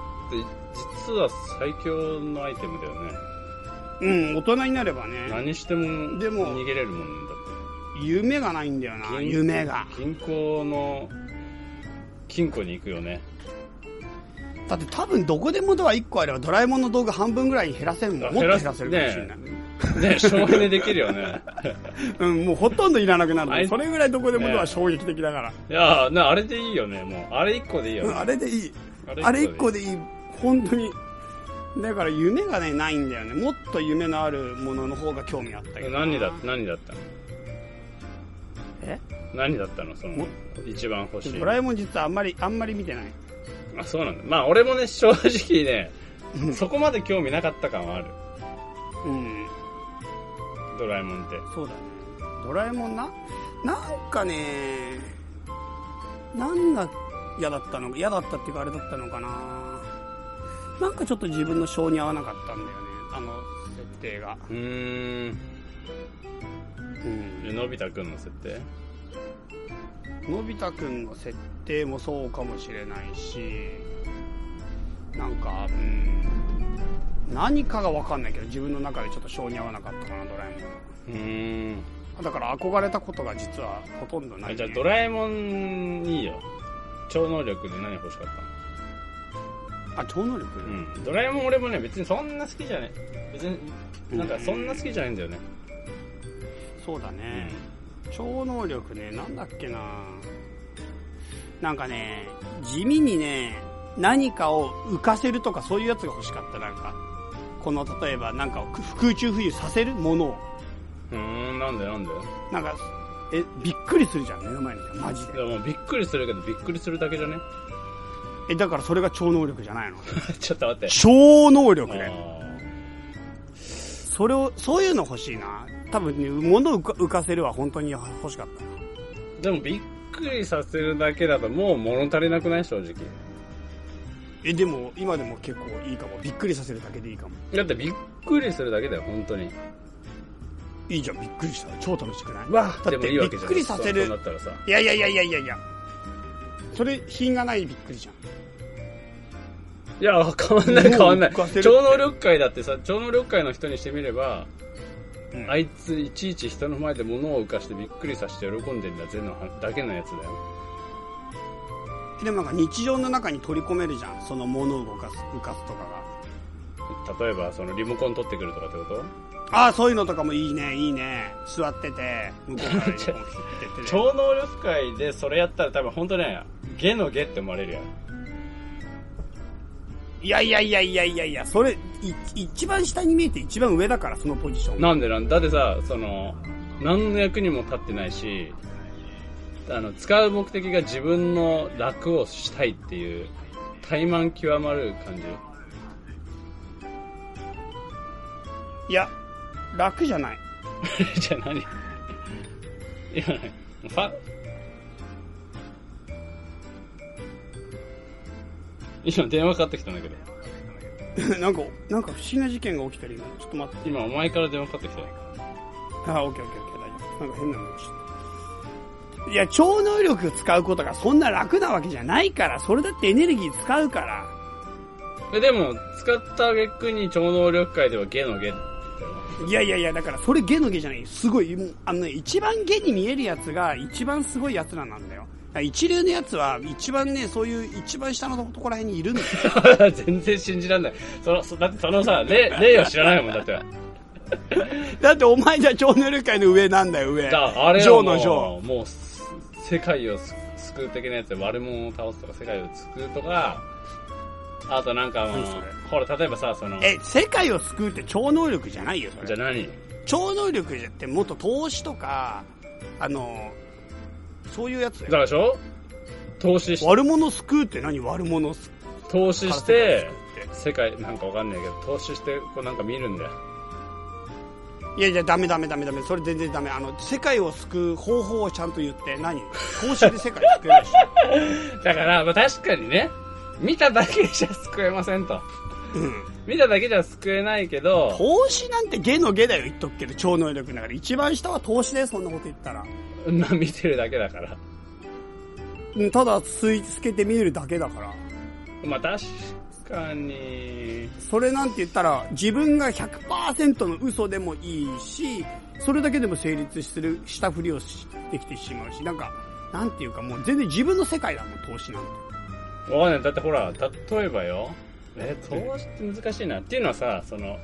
B: 実は最強のアイテムだよね。
C: うん大人になればね
B: 何しても、
C: でも
B: 逃げれるもんだ
C: 夢がないんだよな
B: 銀
C: 夢が
B: って。銀行の、金庫に行くよね。
C: だって多分どこでもドア1個あればドラえもんの道具半分ぐらいに減らせるもんもっと減らせるかもしれない、
B: ね え、省エネできるよね。
C: うんもうほとんどいらなくな
B: あ
C: る
B: い
C: それぐらいどこでもド
B: ね
C: ア衝撃的だから、
B: いやーなあれでいいよね、もう。あれ一個でいいよ
C: う
B: ね。
C: んあれでいいあ
B: あ
C: れ
B: れ
C: 1個でいい本当にだから夢がねないんだよねもっと夢のあるものの方が興味あったけどな
B: 何だ何だったの
C: え
B: 何だったのその
C: も
B: 一番欲しい
C: ドラえもん実はあんまりあんまり見てない
B: あそうなんだまあ俺もね 正直ねそこまで興味なかった感はある
C: うん
B: ドラえもんって
C: そうだねドラえもんななんかねなんが嫌だったのか嫌だったっていうかあれだったのかななんかちょっと自分の性に合わなかったんだよねあの設定が
B: うーん
C: うん
B: でのび太くんの設定
C: のび太くんの設定もそうかもしれないしなんかうん何かが分かんないけど自分の中でちょっと性に合わなかったかなドラえ
B: うーん
C: もんだから憧れたことが実はほとんどない、
B: あ
C: ね、
B: じゃあドラえもんいいよ超能力で何欲しかった
C: あ超能力、
B: のうんドラえもん俺もね別にそんな好きじゃない別になんかそんな好きじゃないんだよね
C: そうだ
B: う
C: ね、
B: ん
C: 超能力ねなんだっけななんかね地味にね何かを浮かせるとかそういうやつが欲しかったなんかこの例えばなんかを空中浮遊させるものを
B: うーんなんでなんで
C: なんかえびっくりするじゃん目の前にマジ
B: い
C: で
B: やもうびっくりするけどびっくりするだけじゃね
C: えだからそれが超能力じゃないの
B: ちょっと待って
C: 超能力
B: あ
C: ね
B: ー
C: それをそういうの欲しいな多分ね物を浮か浮かせるは本当に欲しかったな
B: でもびっくりさせるだけだともう物足りなくない正直
C: えでも今でも結構いいかもびっくりさせるだけでいいかも
B: だってびっくりするだけだよ本当に
C: いいじゃんびっくりした超楽しくない
B: わ
C: だって
B: でもいいわけじゃん
C: びっくりさせ
B: そ
C: る
B: うそうなったらさ
C: いやいやいやいやいやいやそれ品がないびっくりじゃん
B: いや変わんない変わんない
C: もう浮かせる
B: 超能力界だってさ超能力界の人にしてみれば、
C: うん
B: あいついちいち人の前で物を浮かしてびっくりさせて喜んでるだけのだけのやつだよ
C: でもなんか日常の中に取り込めるじゃんその物を動かす浮かすとか
B: 例えばそのリモコン取ってくるとかってこと
C: がああそういうのとかもいいねいいね座ってて向こうからリモコン振ってて
B: 超能力界でそれやったら多分本当ねゲのゲって思われるやん
C: いやいやいやいやいやいや、それ、い一番下に見えて一番上だから、そのポジション。
B: なんでなんだってさ、その、何の役にも立ってないし、あの、使う目的が自分の楽をしたいっていう、怠慢極まる感じ。
C: いや、楽じゃない。
B: じゃあ何いや、ファ、今電話かかってきたんだけど。
C: なんか、なんか不思議な事件が起きてる今。ちょっと待って。
B: 今お前から電話かかってきたよ。
C: あ、オッケーオッケーオッケー、大丈夫。なんか変なのが起きたいや、超能力使うことがそんな楽なわけじゃないから、それだってエネルギー使うから。
B: えでも、使った挙句に超能力界ではゲのゲって言ったよ
C: いやいやいや、だからそれゲのゲじゃない。すごい、もうあのね、一番ゲに見えるやつが一番すごいやつらなんだよ。だから一流のやつは一番ね、そういう一番下の とこら辺にいるんだよ。
B: 全然信じらんない。その、そだってそのさ、 例、例を知らないもん、だって。
C: だってお前じゃ超能力界の上なんだよ、上。
B: だあれ
C: ジョー
B: は
C: のジ
B: も
C: ョ
B: う、もうす、世界をす救う的なやつで悪者を倒すとか、世界を救うとか、あとなんかもう
C: 何それ、
B: ほら、例えばさ、その、
C: え、世界を救うって超能力じゃないよ、そ
B: じゃ
C: れ。
B: あ何
C: 超能力じゃってもっと投資とか、あの、そういうやつだ
B: だか
C: よ。
B: らでしょ投資し、
C: 悪者救うって何悪者救う
B: 投資
C: っ
B: して、
C: て。
B: 世界なんかわかんないけど、投資して、こうなんか見るんだよ。
C: いやいや、ダメダメダメダメ、それ全然ダメ。あの、世界を救う方法をちゃんと言って、何公式で世界を救 えるし。
B: だから、まあ、確かにね、見ただけじゃ救えませんと。
C: うん。
B: 見ただけじゃ救えないけど、
C: 投資なんて下の下だよ、言っとくけど、超能力の中で。一番下は投資で、そんなこと言ったら。
B: まあ見てるだけだから。
C: うんただ、吸い付けて見るだけだから。
B: まあ確かに、
C: それなんて言ったら、自分が100%の嘘でもいいし、それだけでも成立する、したふりをしてきてしまうし、なんか、なんていうかもう全然自分の世界だもん、投資なんて。
B: わかんない。だってほら、例えばよ、え、投資って難しいな。っていうのはさ、その、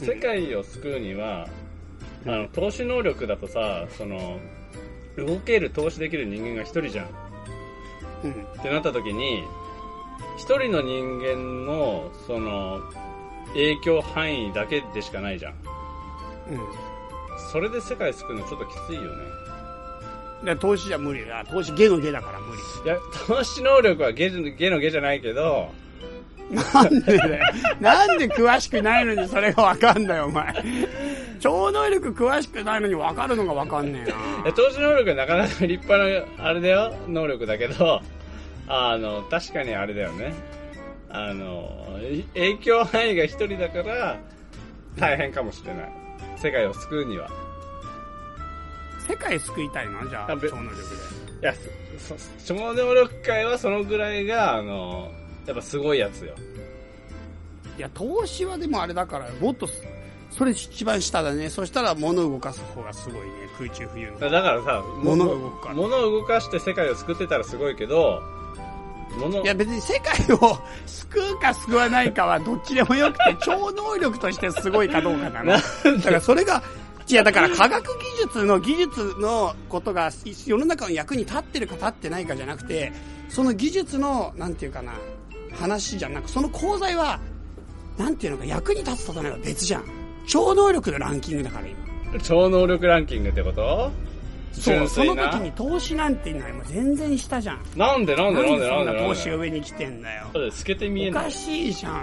C: うん
B: 世界を救うには、あの、投資能力だとさ、その、動ける、投資できる人間が一人じゃん。
C: うん。
B: ってなった時に、一人の人間の、その、影響範囲だけでしかないじゃん。
C: うん。
B: それで世界救うのちょっときついよね。
C: いや投資じゃ無理だ。投資下の下だから無理。
B: いや、投資能力はゲゲのゲじゃないけど、
C: なんでだ よ。なんで詳しくないのにそれがわかんだよ、お前。超能力詳しくないのにわかるのがわかんねえ
B: いや投資能力はなかなか立派な、あれだよ、能力だけど、あの、確かにあれだよね。あの、い影響範囲が一人だから、大変かもしれない。世界を救うには。
C: な。世界救いたいな、じゃあ、
B: あべ
C: 超能力
B: いや、そ、そ、超能力界はそのぐらいが、あの、やっぱすごいやつよ。
C: で。いや、投資はでもあれだから、もっと、それ一番下だね。そしたら物を動かす方がすごいね。空中浮遊の。
B: だからさ、
C: 物が動くから
B: 物を動かして世界を救ってたらすごいけど、物
C: いや別に世界を救うか救わないかはどっちでもよくて、超能力としてすごいかどうかな の。だからそれが、いやだから科学技術の技術のことが世の中の役に立ってるか立ってないかじゃなくて、その技術の、なんていうかな、話じゃなく、その功罪は、なんていうのか役に立つ立たないは別じゃん。超能力のランキングだから今。
B: 超能力ランキングってこと
C: そう、
B: 純
C: その
B: 粋な
C: 時に投資なんていうのはもう全然下じゃん。
B: なんでなんでなんで
C: そ
B: なんんでな
C: な
B: ん
C: 投
B: で
C: 資が上に来てんだよ。
B: だって透けて見え
C: お
B: な
C: か
B: い。
C: しいじゃん。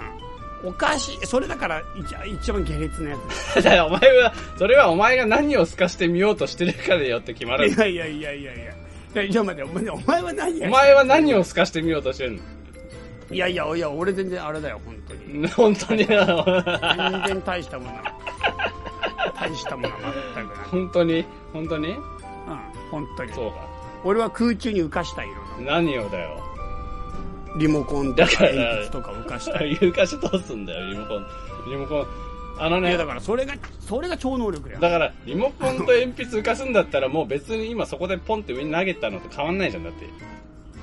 C: おかしい。それだから、一一番下劣なや
B: だからお前は、それはお前が何を透かしてみようとしてるかでよって決ま
C: つ。い
B: る。
C: やいやいやいやいや。いや、いや、待って、お前お前は何や
B: お前は何を透かしてみようとしてる
C: いやいや、いや、俺全然あれだよ、本当に。
B: の本当に な
C: 全然大したものは。大したものは全くない。
B: 本当に本当に
C: うん、本当に。
B: そうか。
C: 俺は空中に浮かしたい色の。
B: 何をだよ。
C: リモコンとか
B: だから
C: 鉛筆とか浮かしたい。
B: 有価しどうすんだよ、リモコン。リモコン。あの
C: いや、
B: ね、
C: だ
B: だ
C: からそれが、それが超能力だよ。
B: から、リモコンと鉛筆浮かすんだったら、もう別に今そこでポンって上に投げたのと変わんないじゃん、だって。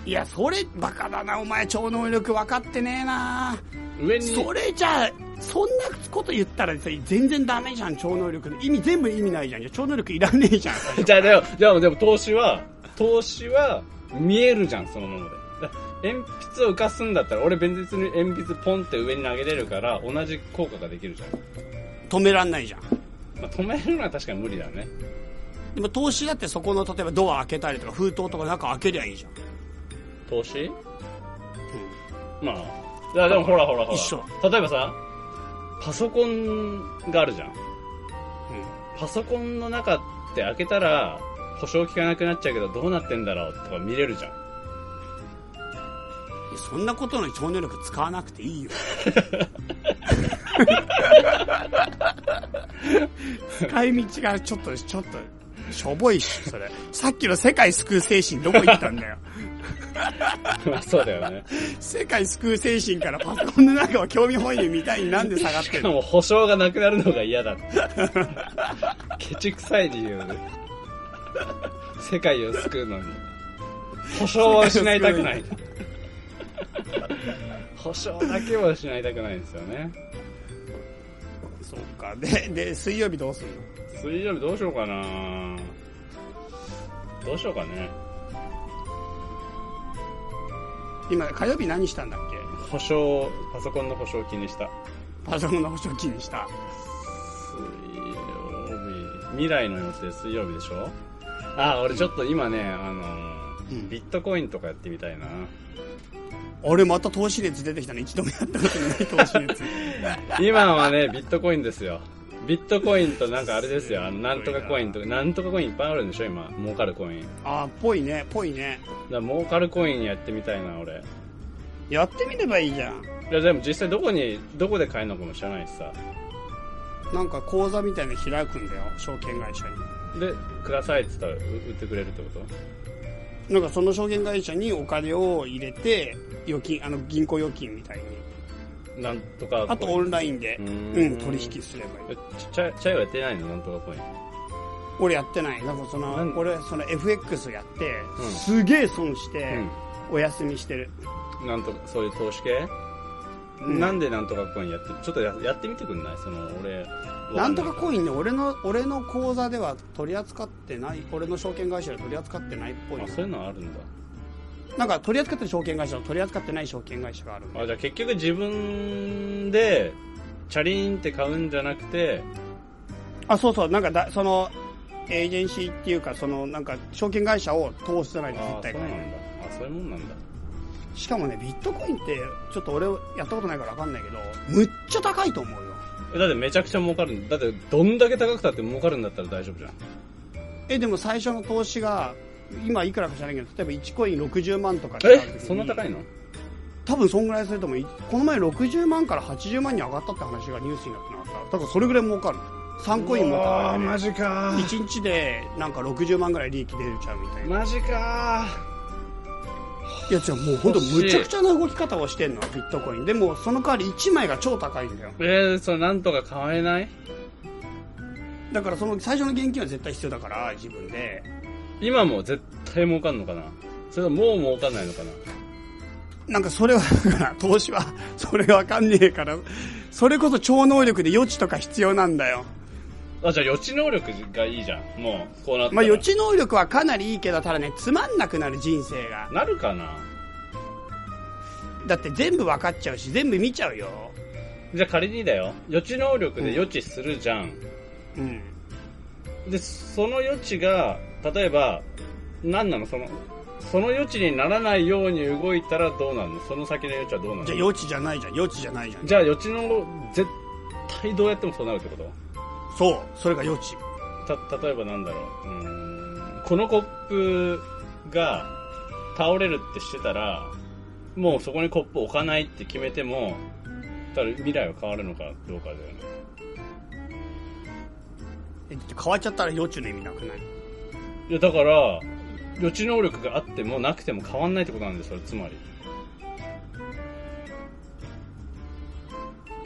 C: いや、それ、バカだな、お前、超能力分かってねえな
B: 上に、
C: それじゃあそんなこと言ったらさ全然ダメじゃん超能力の意味全部意味ないじゃんじゃあ超能力いらねえじゃん
B: じゃあ、でも、でも、でも投資は、投資は見えるじゃん、そのもので。だ鉛筆を浮かすんだったら、俺別に鉛筆ポンって上に投げれるから、同じ効果ができるじゃん。
C: 止めらんないじゃん
B: まあ、止めるのは確かに無理だね。
C: でも投資だってそこの例えばドア開けたりとか封筒とか中開けりゃいいじゃん、
B: 投資
C: う
B: まあ。いや、でもほらほらほら。
C: 一緒
B: 例えばさ、パソコンがあるじゃん。
C: んうん
B: パソコンの中って開けたら、保証効かなくなっちゃうけど、どうなってんだろうとか見れるじ ゃん。
C: いやそんなことの超能力使わなくていい よ使い道がちょっとちょっとしょぼいしそれさっきの世界救う精神どこ行ったんだよ
B: まあそうだよね。
C: 世界救う精神からパソコンの中を興味本位で見たいになんで下がって
B: し
C: ん
B: か
C: の
B: も保証がなくなるのが嫌だって。ケチくさい理由で。世界を救うのに。保証は失いたくない。保証だけは失いたくないんですよね。
C: そうかでで水曜日どうするの
B: 水曜日どうしようかなどうしようかね。
C: 今火曜日何したんだっ
B: 保証、パソコンの保証を気にした。
C: けパソコンの補償金にした
B: 水曜日未来の予定水曜日でしょあ俺ちょっと今ねあのー
C: うん
B: ビットコインとかやってみたいな
C: 俺また 投資率出てきたね一度もやったことない投資率
B: 今はねビットコインですよビットコインとなんかあれですよ、あのなんとかコインとか、なんとかコインいっぱいあるんでしょ、今。儲かるコイン。だか
C: あーぽいねぽいね
B: ら儲かるコインやってみたいな、俺。
C: やってみればいいじゃん
B: いや、でも実際どこに、どこで買えるのかも知らないしさ。
C: なんか口座みたいなの開くんだよ証券会社に
B: で、くださいって言ったらう売ってくれるってこと
C: なんかその証券会社にお金を入れて預金あの銀行預金みたいに
B: なんとかコイン。
C: あとオンラインで
B: う
C: う
B: ー
C: ん
B: ん
C: 取引すればいい
B: えちチャイチャイはやってないのなんとかコイン。
C: 俺やってないだからそ
B: なん
C: の俺その FX やって、
B: うん
C: すげえ損して、お休みしてる
B: うん。なんとか、そういう投資系、
C: うん
B: なんでなんとかコインやって、ちょっとややってみてくんないその、俺。
C: なんとかコ
B: イン
C: インね俺の俺の口座では取り扱ってない俺の証券会社では取り扱ってないっぽいな
B: あ、そういうのあるんだ。
C: なんか取り扱ってる証券会社と取り扱ってない証券会社があるんで
B: あじゃあ結局自分でチャリーンって買うんじゃなくて
C: あそうそうなんかだそのエージェンシーっていうかそのなんか証券会社を通してな
B: あ
C: いと絶
B: そ
C: 対
B: うなん
C: 買え
B: だ
C: ない
B: あそういうもんなんだ
C: しかもねビットコインってちょっと俺やったことないから分かんないけどむっちゃ高いと思うよ
B: えだってめちゃくちゃ儲かるんだだってどんだけ高くたって儲かるんだったら大丈夫じゃん
C: えでも最初の投資が今いくらか知らないけど例えば1コイン60万とかで買う時
B: え
C: に
B: そんな高いの
C: 多分そんぐらいすると思ういこの前60万から80万に上がったって話がニュースになってなかっただからそれぐらい儲かる3コイン儲かる、ね、
B: ジか
C: 1日でなんか60万ぐらい利益出るちゃうみたいな
B: マジか
C: いや違うもう本当むちゃくちゃな動き方をしてんのビットコインでもその代わり1枚が超高いんだよ
B: えー、それなんとか買えない
C: だからその最初の現金は絶対必要だから自分で
B: 今も絶対儲かんのかなそれとももう儲かんないのかな
C: なんかそれはだから投資はそれわかんねえからそれこそ超能力で余地とか必要なんだよ
B: あじゃあ予知能力がいいじゃんもうこうなったら
C: まあ予知能力はかなりいいけどただねつまんなくなる人生が
B: なるかな
C: だって全部分かっちゃうし全部見ちゃうよ
B: じゃあ仮にだよ予知能力で予知するじゃん
C: うん
B: でその余地が例えば何なのそのその余地にならないように動いたらどうなるのその先の余地はどうな
C: じゃ
B: る
C: あ
B: の
C: 余地じゃないじゃん余地じゃないじゃん
B: じゃあ余地の絶対どうやってもそうなるってこ
C: そうそれが余地
B: とた例えばなんだろううーんこのコップが倒れるってしてたらもうそこにコップ置かないって決めてもただ未来は変わるのかどうかだよね
C: え変わっちゃったら余地の意味なくない
B: いやだから予知能力があってもなくても変わんないってことなんですよつまり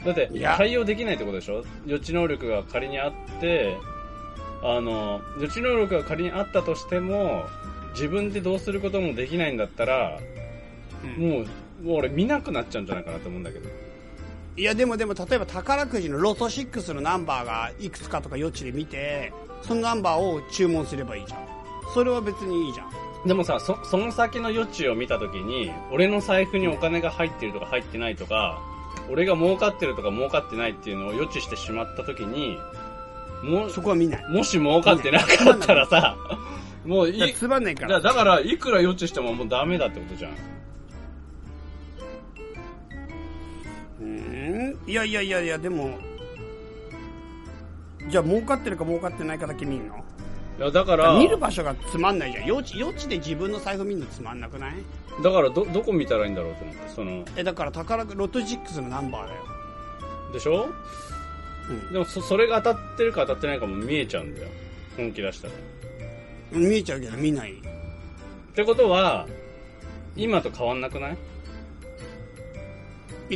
B: だって
C: いや
B: 対応できないってことでしょ予知能力が仮にあってあの予知能力が仮にあったとしても自分でどうすることもできないんだったら
C: うん
B: もうもう俺見なくなっちゃうんじゃないかなと思うんだけど
C: いやでもでも例えば宝くじのロト6のナンバーがいくつかとか余地で見てそのナンバーを注文すればいいじゃんそれは別にいいじゃん
B: でもさそその先の余地を見た時に俺の財布にお金が入ってるとか入ってないとか俺が儲かってるとか儲かってないっていうのを予知してしまった時にも
C: そこは見ない
B: もし儲かってなかったらさもうい
C: だから
B: い
C: つまんないか
B: だ
C: ら
B: だからいくら予知してももうダメだってことじゃん
C: うーんいやいやいやいやでもじゃあ儲かってるか儲かってないかだけ見るの
B: いやだから
C: 見る場所がつまんないじゃん余地余地で自分の財布見るのつまんなくない
B: だからどどこ見たらいいんだろうと思ってその
C: えだから宝くロト6のナンバーだよ、
B: でしょ
C: うん
B: でもそそれが当たってるか当たってないかも見えちゃうんだよ本気出したら
C: 見えちゃうけど見ない
B: ってことは今と変わんなくない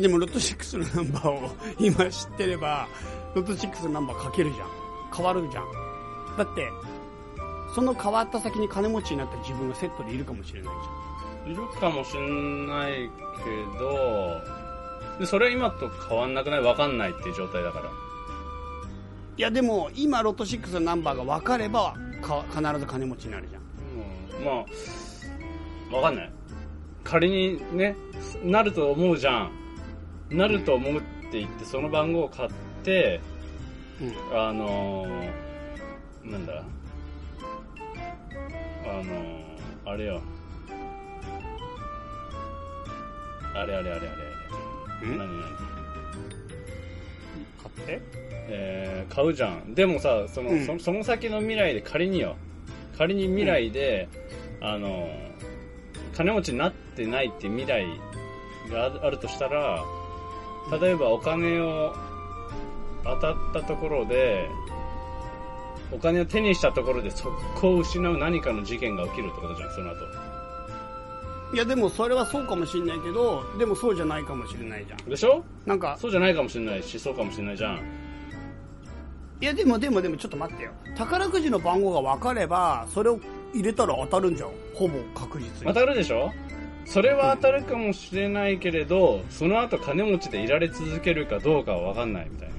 C: でもロト6のナンバーを今知ってればロト6のナンバーかけるじゃん変わるじゃんだってその変わった先に金持ちになった自分がセットでいるかもしれないじ
B: いるかもしんないけど、で、それは今と変わんなくないわかんないっていう状態だから。
C: ゃんいやでも今ロト6のナンバーが分かればか必ず金持ちになるじゃん
B: うん、まあ、わかんない。仮にね、なると思うじゃん。なると思うって言って、その番号を買って、
C: うん
B: あのー、なんだ、あのー、あれよ。あれあれあれあれあれ。何何
A: 買って
B: えー買うじゃんでもさその,
C: うん
B: そ、その先の未来で仮によ仮に未来で、あの金持ちになってないっていう未来がああるとしたら例えばお金を当たったところでお金を手にしたところで速攻を失う何かの事件が起きるってことじゃんその後
C: いやでもそれはそうかもしれないけどでもそうじゃないかもしれないじゃん
B: でしょ
C: なんか
B: そうじゃないかもしれないしそうかもしれないじゃん
C: いやでもでもでもちょっと待ってよ宝くじの番号が分かればそれを入れたら当たるんじゃんほぼ確実
B: 当
C: に
B: たるでしょそれは当たるかもしれないけれど、その後金持ちでいられ続けるかどうかは分かんないみたいな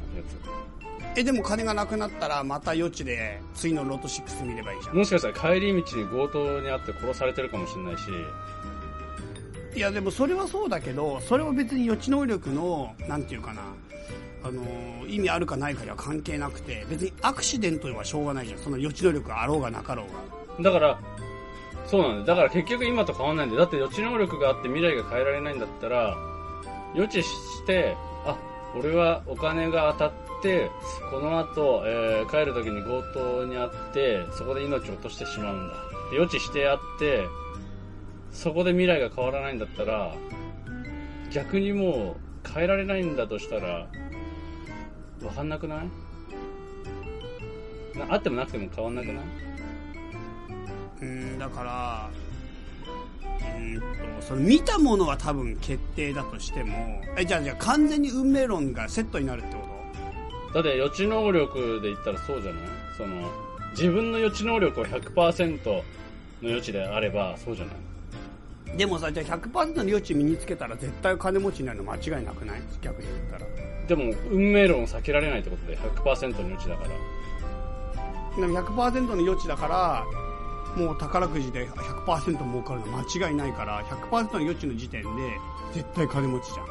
B: や
C: えでも金がなくなったらまた余地で次のロト6見ればいいじゃ
B: つもしかしたら帰り道に強盗に遭って殺されてるかもしれないし
C: んいやでもそれはそうだけどそれは別に予知能力のなんていうかなあのー意味あるかないかには関係なくて別にアクシデントはしょうがないじゃんその予知能力があろうがなかろうが
B: だからそうなんだよだから結局今と変わんないんだよだって予知能力があって未来が変えられないんだったら予知してあ俺はお金が当たってこの後、えー帰る時に強盗に遭ってそこで命を落としてしまうんだで予知してあってそこで未来が変わらないんだったら逆にもう変えられないんだとしたら分かんなくないなあってもなくても変わんなくない、
C: うーんだからうーんとその見たものは多分決定だとしてもえじゃあじゃあ完全に運命論がセットになるってこと
B: だって予知能力で言ったらそうじゃないその自分の予知能力を100%の予知であればそうじゃない
C: でもさじゃあ100%の領地身につけたら絶対金持ちになるの間違いなくない逆に言ったら
B: でも運命論を避けられないってことで100%の予知だから
C: でも100%の領地だからもう宝くじで100%儲かるの間違いないから100%の領地の時点で絶対金持ちじゃ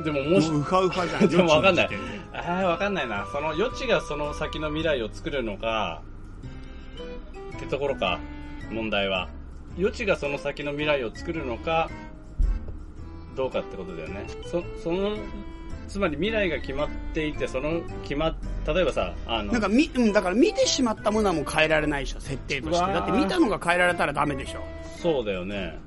C: ん
B: でももし
C: もううかうかじゃん
B: でもわかんない
C: 領地の時点で
B: ああわかんないなその予知がその先の未来を作るのかってところか問題は予知がその先の未来を作るのかどうかってことだよねそそのつまり未来が決まっていてその決まっ例えばさあの
C: なんかみ、うん、だから見てしまったものはもう変えられないでしょ設定とし
B: うわ
C: て
B: ー
C: だって見たのが変えられたらダメでしょ
B: そうだよね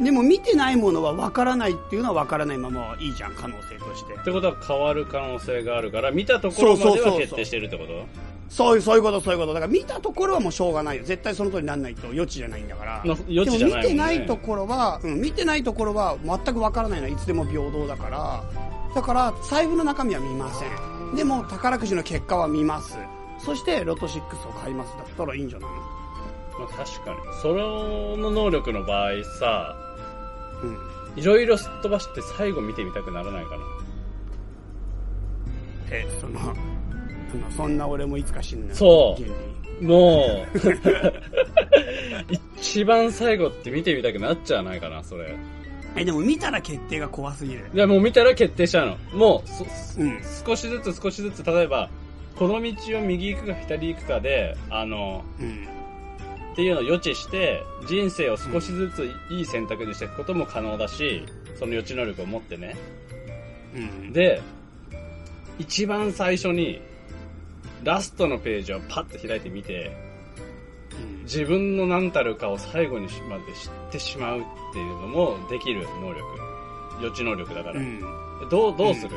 C: でも見てないものは分からないっていうのは分からないままいいじゃん可能性として
B: ってことは変わる可能性があるから見たところま
C: そう
B: で
C: そうそ
B: は
C: うそう
B: 決定してるってこと
C: そういう、そういうこと、そういうこと。だから見たところはもうしょうがないよ。絶対その通りにならないと余地じゃないんだから。
B: の余地じゃないもんね
C: でも見てないところは、うん、見てないところは全くわからないのはいつでも平等だから。だから、財布の中身は見ません。でも、宝くじの結果は見ます。そして、ロト6を買います。だったらいいんじゃない
B: まあ、確かにその能力の場合さ
C: うん。
B: いろいろすっ飛ばして最後見てみたくならないかな
C: え、その、そのそんな俺もいつか死ぬ。
B: そう
C: 原理。
B: もう一番最後って見てみたくなっちゃわないかなそれ
C: え、でも見たら決定が怖すぎる。
B: いやもう見たら決定しちゃうのもうそ
C: うん。
B: 少しずつ少しずつ例えばこの道を右行くか左行くかであの
C: うん。
B: っていうのを予知して人生を少しずついい選択にしていくことも可能だしその予知能力を持ってね
C: うん。
B: で一番最初にラストのページをパッと開いてみて
C: うん
B: 自分の何たるかを最後にまで知ってしまうっていうのもできる能力予知能力だから、
C: うん。
B: どうどうする、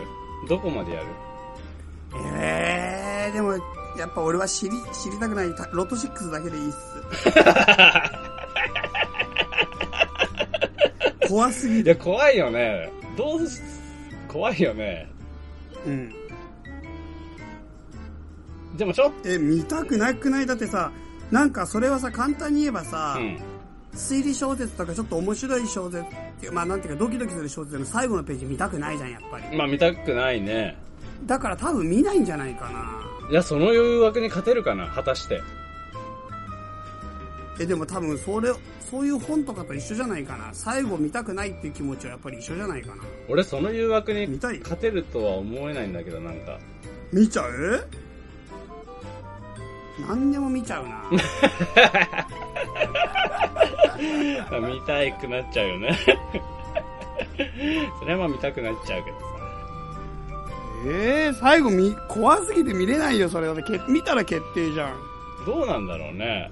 B: どこまでやる
C: えー、でも、やっぱ俺は知り、知りたくない。たロト6だけでいいっす。怖すぎ
B: い
C: る。
B: や怖いよねどうす怖いよね
C: うん。
B: でもちょっ
C: え、見たくなくないだってさ、なんかそれはさ、簡単に言えばさ
B: と、、うん、
C: 推理小説とかちょっと面白い小説っていう、まあなんていうかドキドキする小説の最後のページ見たくないじゃん、やっぱり。
B: まあ見たくないね
C: だから多分見ないんじゃないかな。
B: いやその誘惑に勝てるかな果たして
C: え、でも多分それ、そういう本とかと一緒じゃないかな。最後見たくないっていう気持ちはやっぱり一緒じゃないかな。
B: 俺その誘惑に
C: 見たい
B: 勝てるとは思えないんだけどなんか
C: 見ちゃう何でも見ちゃう な
B: まあ見たいくなっちゃ うよねそれはまあ見たくなっちゃうけどさ
C: ええー、最後み、怖すぎて見れないよ、それ。だってけ、見たら決定じゃん。
B: どうなんだろうね。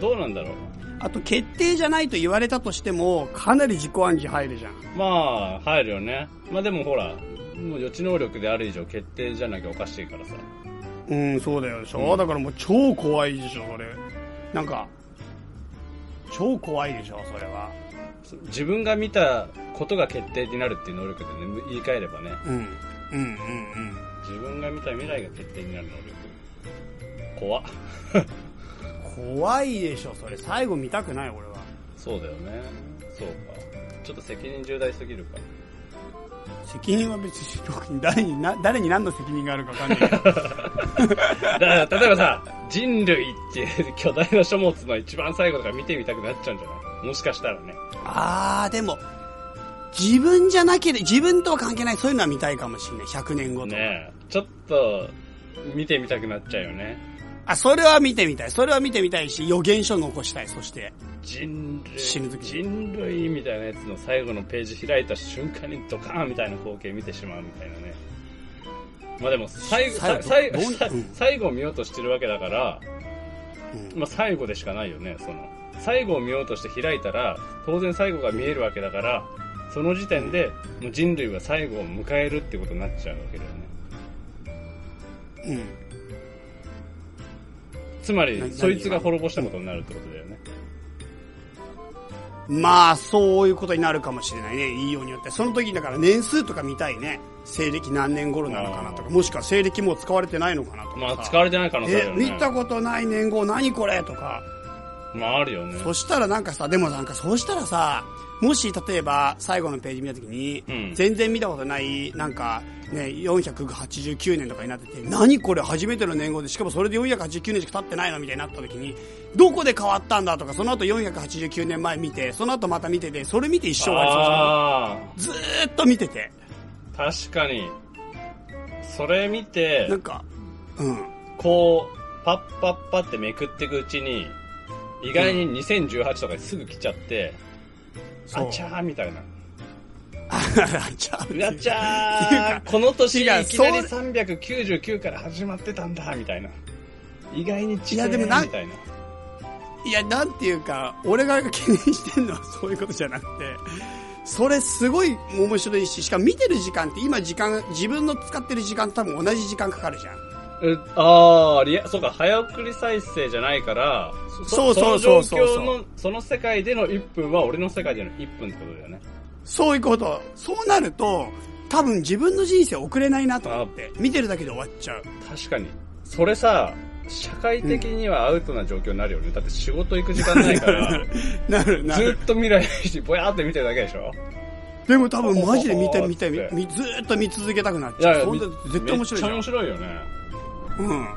B: どうなんだろう。
C: あと、決定じゃないと言われたとしても、かなり自己暗示入るじゃん。
B: まあ、入るよね。まあでもほら、もう予知能力である以上決定じゃなきゃおかしいからさ。
C: うん、そうだよでしょ、だからもう超怖いでしょ、それ。なんか、超怖いでしょ、それは。
B: 自分が見たことが決定になるっていう能力でね、言い換えればね。
C: うん。うんうんうん。
B: 自分が見た未来が決定になる能力。怖っ
C: 怖いでしょ、それ。最後見たくない、俺は。
B: そうだよね。そうか。ちょっと責任重大すぎるか。
C: 責任は別に 特に誰にな、誰に何の責任があるかわかんないけど。
B: だから、例えばさ、人類っていう巨大な書物の一番最後とか見てみたくなっちゃうんじゃないもしかしたらね。
C: あー、でも、自分じゃなければ、自分とは関係ない、そういうのは見たいかもしれない。100年後とか。
B: ねえ、ちょっと、見てみたくなっちゃうよね。
C: あ、それは見てみたい。それは見てみたいし、予言書残したい。そして、
B: 人類、
C: 死ぬ時
B: 人類みたいなやつの最後のページ開いた瞬間にドカーンみたいな光景見てしまうみたいなね。まあでも、最後、
C: 最後
B: さ最
C: ど
B: 後
C: うどううん、
B: 最後を見ようとしてるわけだから、
C: うん
B: まあ最後でしかないよね、その。最後を見ようとして開いたら、当然最後が見えるわけだから、その時点で、もう人類は最後を迎えるってことになっちゃうわけだよね。
C: うん。
B: つまり
C: な、
B: そいつが滅ぼしたことになるってことだよね。
C: まあ、そういうことになるかもしれないね。いいようによって。その時にだから年数とか見たいね。西暦何年頃なのかなとか、
B: あー
C: もしくは西暦もう使われてないのかなとかさ。
B: まあ、使われてない可能性ある
C: え
B: よ、ね。
C: 見たことない年号何これとか。
B: まあ、あるよね。
C: そしたらなんかさ、でもなんかそうしたらさ、もし例えば最後のページ見た時に、
B: うん
C: 全然見たことない、なんかね、489年とかになってて、何これ初めての年号で、しかもそれで489年しか経ってないのみたいになった時に、どこで変わったんだとか、その後489年前見て、その後また見てて、それ見て一生終わりそうじゃん
B: あ
C: ずーっと見てて、
B: あ、確かに。それ見て
C: な、んか、うん。
B: こう、パッパッパってめくっていくうちに、意外に2018とかにすぐ来ちゃって、
C: そう
B: あちゃーみたいな。
C: あっちゃう
B: あち
C: っていう
B: ゃ
C: か
B: ーこの年いき
C: 違
B: な
C: う
B: り
C: そう
B: 399から始まってたんだ、みたいな。意外に違
C: いや
B: う
C: でも
B: み
C: な
B: た
C: ん
B: いない
C: や、なんていうか、俺が懸念してるのは そういうことじゃなくて、それすごい面白いし、しかも見てる時間って今時間、自分の使ってる時間と多分同じ時間かかるじゃん。
B: えああ、リア、そうか、早送り再生じゃないから、
C: そうそうそうそう
B: その状況の、その世界での1分は俺の世界での1分ってことだよね。
C: そういうこと。そうなると、多分自分の人生遅れないなと思って、見てるだけで終わっちゃう。
B: 確かに。それさ、社会的にはアウトな状況になるよね。だって仕事行く時間ないから、
C: なるな
B: ず
C: る。
B: っと未来し、ぼやーって見てるだけでしょ
C: でも多分マジで見て見て、
B: ほほほほ
C: みずーっと見続けたくなっちゃう。そんな絶対面白いじゃ
B: め
C: ん
B: っち。ゃ面白いよね。
C: うん。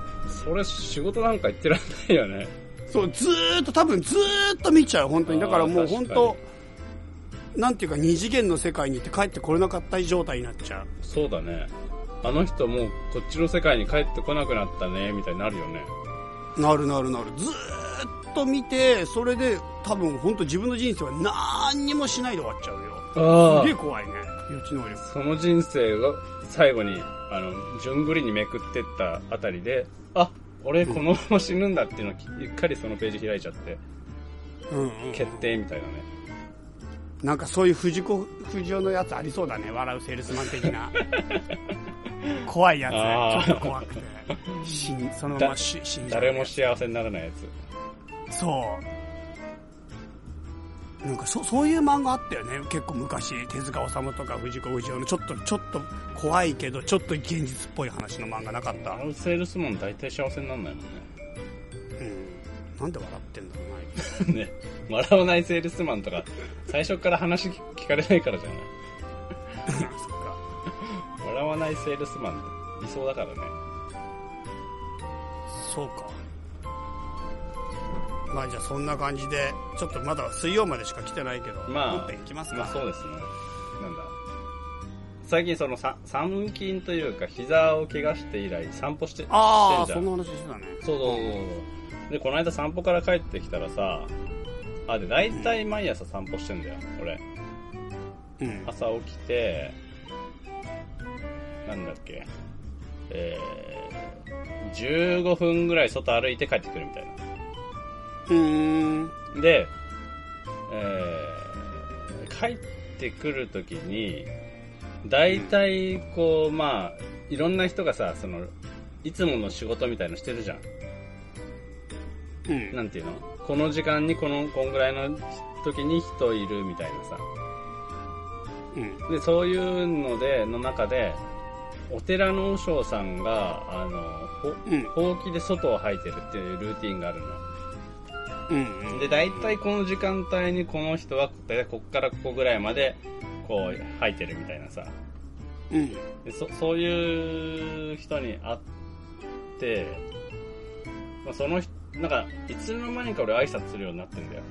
B: それ仕事なんか行ってらんないよね。
C: そう、ずーっと、多分ずーっと見ちゃう、本当に。だからもう
B: あー
C: 本
B: 確かに
C: 当、なんていうか、二次元の世界に行って帰ってこれなかった状態になっちゃう。
B: そうだね。あの人もうこっちの世界に帰ってこなくなったね、みたいになるよね。
C: なるなるなる。ずーっと見て、それで多分本当自分の人生は何にもしないで終わっちゃうよ。
B: あ
C: すげえ怖いね、予知能力。
B: その人生が最後に、あの、順繰りにめくってったあたりで、あ、俺このまま死ぬんだっていうのをきうっかりそのページ開いちゃって、
C: うん、うん。
B: 決定みたいなね。
C: なんかそういう藤子不二雄のやつありそうだね、笑うセールスマン的 な。怖いや
B: あ
C: つ、
B: ー
C: ちょっと怖くて。死んそのままし死んじゃうやつ。
B: 誰も幸せにならないやつ。
C: そう。なんかそそういう漫画あったよね結構昔手塚治虫とか藤子不二雄のちょっとちょっと怖いけどちょっと現実っぽい話の漫画なかった、う
B: あのセールスマン大体幸せにならないも
C: ん、なんで笑ってんだろう なん
B: ね。ね。笑わないセールスマンとか、最初から話聞かれないからじゃない。
C: あいつ そっか
B: 笑わないセールスマンいそうだからね。
C: そうかまあじゃあそんな感じでちょっとまだ水曜までしか来てないけど、
B: まあ、
C: 本編いきますか、
B: まあそうですね。なんだ。最近そのさ三筋というか膝を怪我して以来散歩して、してんじ
C: あ
B: ゃ
C: あ
B: ん。
C: そんな話してたね
B: そうそうそうそう。で、この間散歩から帰ってきたらさ、あ、で、大体毎朝散歩してんだよ、俺。
C: うん
B: 朝起きて、なんだっけ、えー、15分ぐらい外歩いて帰ってくるみたいな。
C: うーん。
B: で、えー帰ってくるときに、大体こう、まあ、いろんな人がさ、その、いつもの仕事みたいのしてるじゃん。
C: うん。
B: なんていうのこの時間にこの、こんぐらいの時に人いるみたいなさ。
C: うん。
B: で、そういうので、の中で、お寺の和尚さんが、あの、ほ
C: うん。
B: ほうきで外を吐いてるっていうルーティンがあるの。
C: うん。うん
B: で大体この時間帯にこの人は大体こっからここぐらいまでこう吐いてるみたいなさ
C: うん。
B: でそそういう人に会って、まあ、その人なんかいつの間にか俺挨拶するようになってんだよ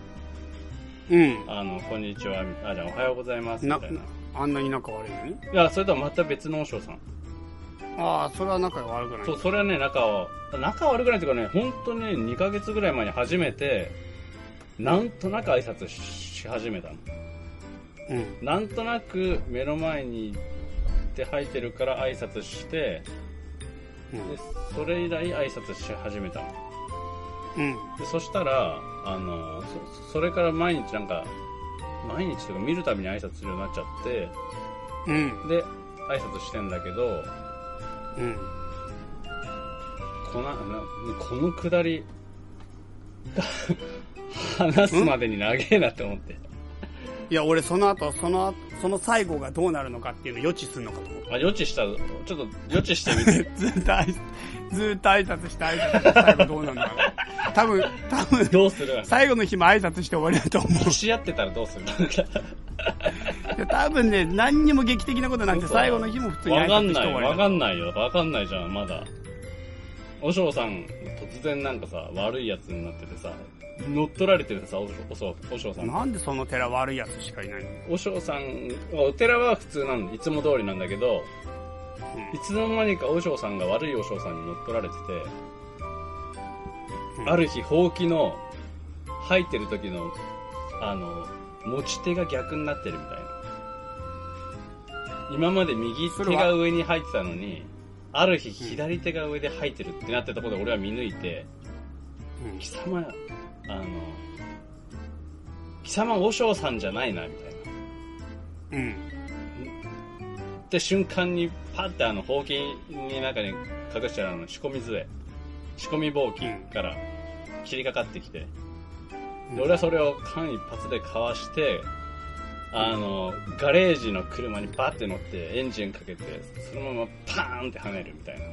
C: うん。
B: あのこんにちはみあじゃあおはようございますみ
C: な
B: たいな
C: あんなに仲悪いのに
B: いやそれとはまた別の和尚さん
C: ああ、それは仲悪くない。
B: そうそれはね仲は仲悪くないっていうかね本当にね2ヶ月ぐらい前に初めてなんとなく挨拶しし始めたの
C: うん。
B: なんとなく目の前に行って入ってるから挨拶して
C: うん
B: で。それ以来挨拶し始めたの
C: うん。
B: でそしたらあのそそれから毎日なんか毎日というか見るたびに挨拶するようになっちゃって
C: うん。
B: で挨拶してんだけど
C: うん。
B: こななこのくだり 話すまでに長えなって思って
C: いや、俺その後、その、その最後がどうなるのかっていうのを予知するのかと思う。
B: あ予知したちょっと予知してみ て
C: ずっと挨拶、ずっと挨拶して挨拶して最後どうなるのかな。 多分、多分、
B: どうする
C: 最後の日も挨拶して終わりだと思
B: 押し合ってたらどうする
C: う。で多分ね、何にも劇的なことなくて、最後の日も普通に挨
B: わか
C: 拶
B: ん
C: して
B: ない、
C: 終わ
B: わ
C: りだ
B: かんないよ。わかんないじゃん、まだ。おしょうさん、突然なんかさ、悪いやつになっててさ、乗っ取られてるさ、おしょおしょおしょうさ
C: と。
B: ん。
C: なんでその寺悪いやつしかいないの
B: おしょうさん、お寺は普通なんいつも通りなんだけど、いつの間にかおしょうさんが悪いおしょうさんに乗っ取られてて、
C: うん
B: ある日、ほうきの、吐いてる時の、あの、持ち手が逆になってるみたいな。今まで右
C: そ
B: 手
C: れ
B: が
C: は
B: 上に入ってたのに、ある日左手が上で入ってるってなってたところで俺は見抜いて、
C: うん
B: 貴様、あの、貴様和尚さんじゃないな、みたいな。
C: うん。
B: って瞬間にパッてあのほうきに中に隠してあるあの仕込み杖仕込みぼうきから切りかかってきて、
C: うん
B: で俺はそれを間一髪でかわしてあのガレージの車にバッて乗ってエンジンかけてそのままパーンって跳ねるみたいなっ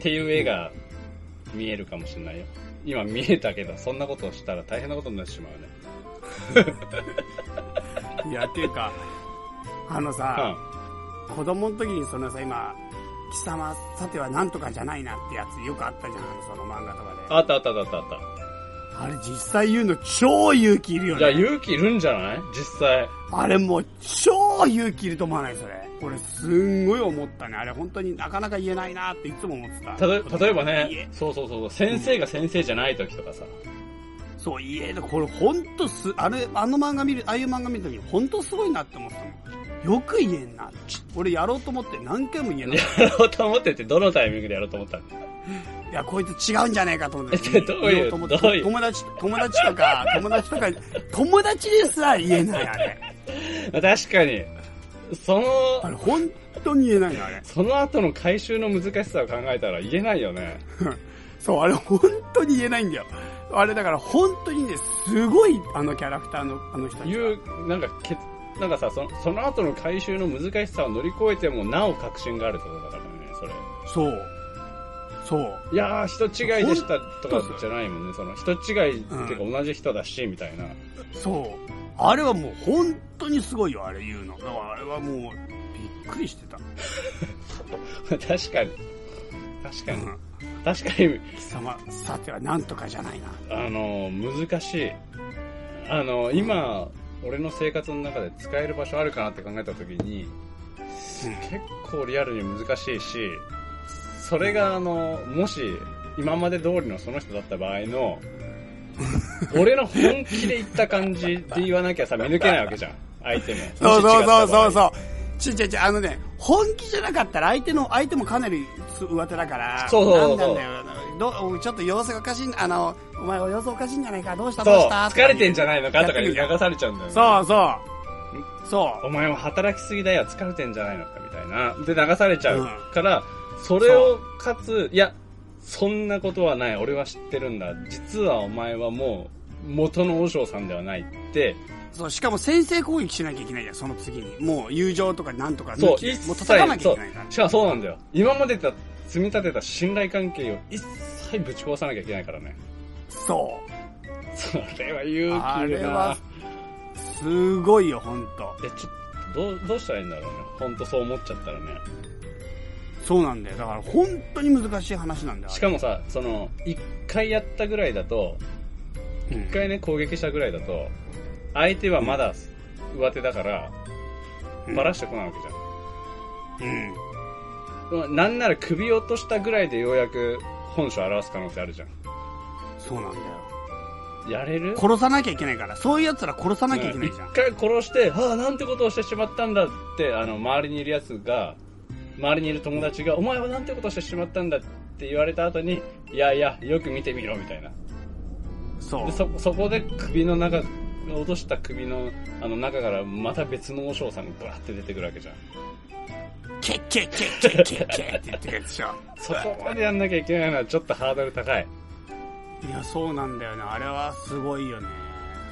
B: ていう絵が見えるかもしれないよ今見えたけどそんなことをしたら大変なことになってしまうね
C: いや、っていうか、あのさ、子供の時にそのさ、今、貴様、さてはなんとかじゃないなってやつよくあったじゃん、あのその漫画と
B: うん、
C: か
B: あったあったあったあったあっ
C: で。あれ実際言うの超勇気いる
B: たじゃあ
C: よね。
B: 勇気いるんじゃない実際
C: あれもう超勇気いると思わない、それ。俺すんごい思ったね。あれ本当になかなか言えないなっていつも思ってた。
B: たと例えば
C: 言え
B: ね、そうそうそう、先生が先生じゃない時とかさ、
C: そう、言える。これ本当す、あれ、あの漫画見る、ああいう漫画見るときに本当すごいなって思ってたもん。よく言えんな。俺やろうと思って何回も言えない。
B: やろうと思ってて、どのタイミングでやろうと思ったの。
C: いや、こいつ違うんじゃねえかと思って
B: どういう
C: 言おと思って
B: どういう
C: 友達、友達と か、友達とか、友達ですら言えない、あれ。
B: 確かに、そ
C: あ
B: の、
C: れ、本当に言えないの、あれ。
B: その後の回収の難しさを考えたら言えないよね。
C: そう、あれ、本当に言えないんだよ。あれ、だから、本当にね、すごい、あのキャラクターの、あの人たち
B: 言う、なんか、けなんかさそ、その後の回収の難しさを乗り越えても、なお確信があるってことだからね、それ。
C: そう。そう。
B: いやー、人違いでしたとかじゃないもんね、その、人違いっていうか同じ人だし、みたいな。
C: そう。あれはもう、本当にすごいよ、あれ言うの。だから、あれはもう、びっくりしてた。
B: 確かに。確かに。
C: うん。
B: 確かに、
C: 貴様、さてはなんとかじゃないな。
B: あの、難しい。あの、今、俺の生活の中で使える場所あるかなって考えた時に、結構リアルに難しいし、それがあの、もし、今まで通りのその人だった場合の、俺の本気で言った感じで言わなきゃさ、見抜けないわけじゃん。相手も。
C: そうそうそうそうそう。ちょちょちょ、あのね、本気じゃなかったら相手の、相手もかなり上手だから、
B: そうそうそう
C: なんなんだよどうちょっと様子がおかしいん、あの、お前は様子おかしいんじゃないか、どうした
B: そ
C: どう
B: う、
C: した
B: 疲れてんじゃないのかとか
C: やってみ
B: 流
C: るよ
B: されちゃうんだよね。
C: そうそう。そ
B: お前も働きすぎだよ、疲れてんじゃないのかみたいな。で、流されちゃうから、それを、かつ、いや、そんなことはない、俺は知ってるんだ。実はお前はもう、元の和尚さんではないって、
C: う。そう、しかも先制攻撃しなきゃいけないじゃん、その次に。もう友情とかなんとか抜き
B: そう、
C: で
B: 一切、
C: もう叩かなきゃ
B: そ
C: いうけないから。。
B: しかもそうなんだよ。今までた積み立てた信頼関係を一切ぶち壊さなきゃいけないからね。
C: そう。
B: それは勇
C: あ
B: 気い
C: れ
B: るな
C: は。、すごいよ、ほんと。
B: え、ちょっと、どう、どうしたらいいんだろうね。本当そう思っちゃったらね。
C: そうなんだよ。だから本当に難しい話なんだよ。
B: しかもさ、その、一回やったぐらいだと、一
C: も、
B: 回ね、攻撃したぐらいだと、相手はまだ上手だから、
C: うん
B: バラしてこないわけじ
C: うん。
B: ゃん。なんなら首落としたぐらいでようやく本性を表す可能性あるじゃん。
C: そうなんだよ。
B: やれる
C: 殺さなきゃいけないから、そういう奴ら殺さなきゃいけないじゃん。
B: 一回殺して、ああ、なんてことをしてしまったんだって、あの、周りにいるやつが、周りにいる友達が、お前はなんてことをしてしまったんだって言われた後に、いやいや、よく見てみろ、みたいな。
C: そう
B: で。そ、そこで首の中、落とした首の、あの、中から、また別の和尚さんがバーって出てくるわけじゃん。
C: ケッケッケッケッケッケッって言ってるやつでしょ。
B: そこまでやんなきゃいけないのはちょっとハードル高い。
C: いや、そうなんだよね。あれはすごいよね。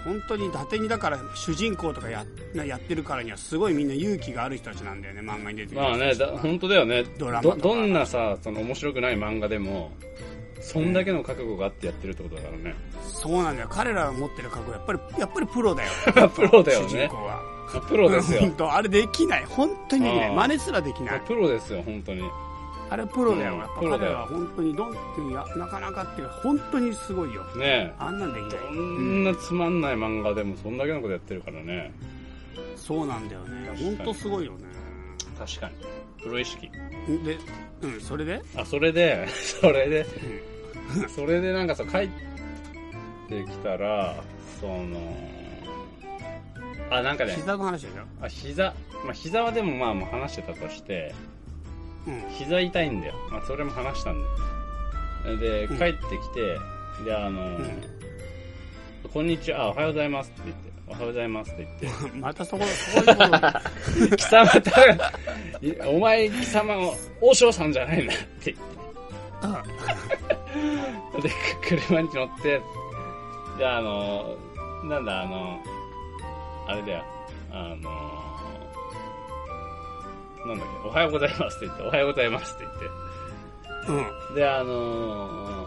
C: 本当に伊達にだから主人公とかややってるからにはすごいみんな勇気がある人たちなんだよね、漫画に出てくる
B: まあね、
C: 人
B: だ
C: たちは
B: 本当だよね。
C: ドラマと
B: ど、
C: か
B: どんなさ、その面白くない漫画でも、そんだけの覚悟があってやってるってことだからね。
C: そうなんだよ。彼らが持ってる覚悟、やっぱり、やっぱりプロだよ。
B: プロだよね
C: 主人公は。
B: まあプロですよ。
C: 本当あれできない。本当にできな
B: う
C: い。
B: ん
C: 真似すらできない。
B: プロですよ、本当に。
C: あれプロだよ。
B: うん
C: やっぱ
B: プロだ
C: 彼
B: よ
C: らは本当にどんっていうや、なかなかっていうか、本当にすごいよ。
B: ね
C: あんなんでき
B: え。
C: ない
B: ど。んなつまんない漫画でもそんだけのことやってるからね。
C: そうなんだよね。本当すごいよね。
B: 確かに。プロ意識。
C: で、うん、それで
B: あ、それで、 それで、それでなんかさ、帰ってきたら、その、あ、なんかね、
C: 膝の話でしょ
B: あ膝、まあ、膝はでもまあもう話してたとして、
C: うん。
B: 膝痛いんだよ。まあ、それも話したんだよ。で、
C: うん
B: 帰ってきて、で、あの、
C: ん
B: こんにちは、あ、おはようございますって言って、おはようございますって言っ
C: またそこ、そこに戻る。
B: て、貴様た、 いお前貴様、王将さんじゃないんだって言って、で、 く車に乗って、で、あの、なんだ、あの、あれだよ、あの、なんだっけ、おはようございますって言って、おはようございますって言って、
C: うん。
B: で、あのー、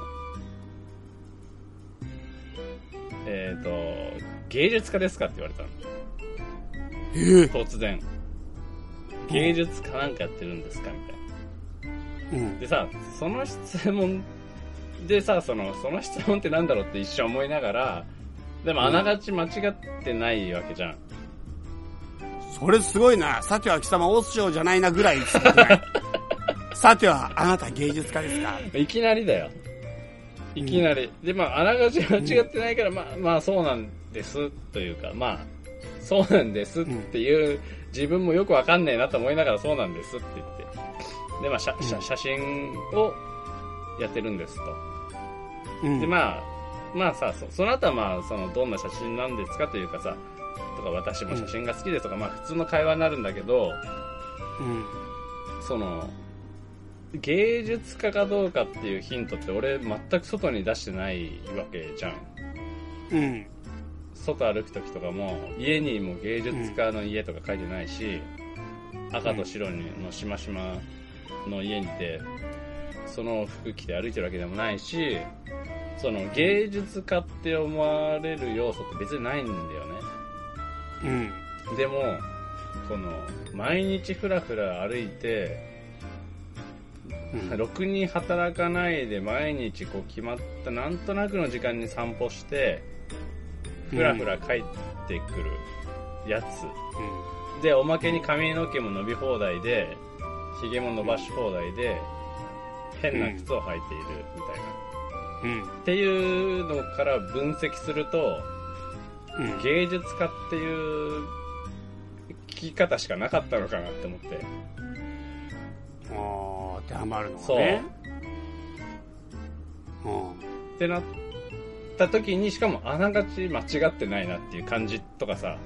B: えっ、と、芸術家ですかって言われたの。
C: え
B: 突然。芸術家なんかやってるんですかみたい
C: えう
B: な。
C: ん。
B: でさ、その質問でさ、その、その質問ってなんだろうって一瞬思いながら、でもあながち間違ってないわけじゃん。
C: それすごいな。さては貴様、オスショーじゃないなぐらいすごくないさては、あなた芸術家ですか
B: いきなりだよ。いきなり。で、まあ、あながち間違ってないから、まあ、まあ、そうなんです、というか、まあ、そうなんですっていう、自分もよくわかんねえなと思いながら、そうなんですって言って。で、まあ、写写写真をやってるんですと。
C: うん。
B: で、まあ、まあさ、そその後はまあ、その、どんな写真なんですかというかさ、とか、私も写真が好きですとか、まあ、普通の会話になるんだけど、
C: うん。
B: その芸術家かどうかっていうヒントって俺全く外に出してないわけじゃん
C: うん。
B: 外歩く時とかも家にも芸術家の家とか書いてないし、赤と白のしましまの家にてその服着て歩いてるわけでもないしその芸術家って思われる要素って別にないんだよね
C: うん。
B: でもこの毎日ふらふら歩いて
C: うん
B: ろくに働かないで毎日こう決まったなんとなくの時間に散歩してふらふら帰ってくるやつ、でおまけに髪の毛も伸び放題でひげも伸ばし放題で、変な靴を履いているみたいな、
C: うん。
B: っていうのから分析すると
C: うん。
B: 芸術家っていうき方しかなかったのかなって思って。
C: ああ、当てはまるのが
B: そう。
C: ね。そう。
B: ってなった時に、しかもあながち間違ってないなっていう感じとかさ、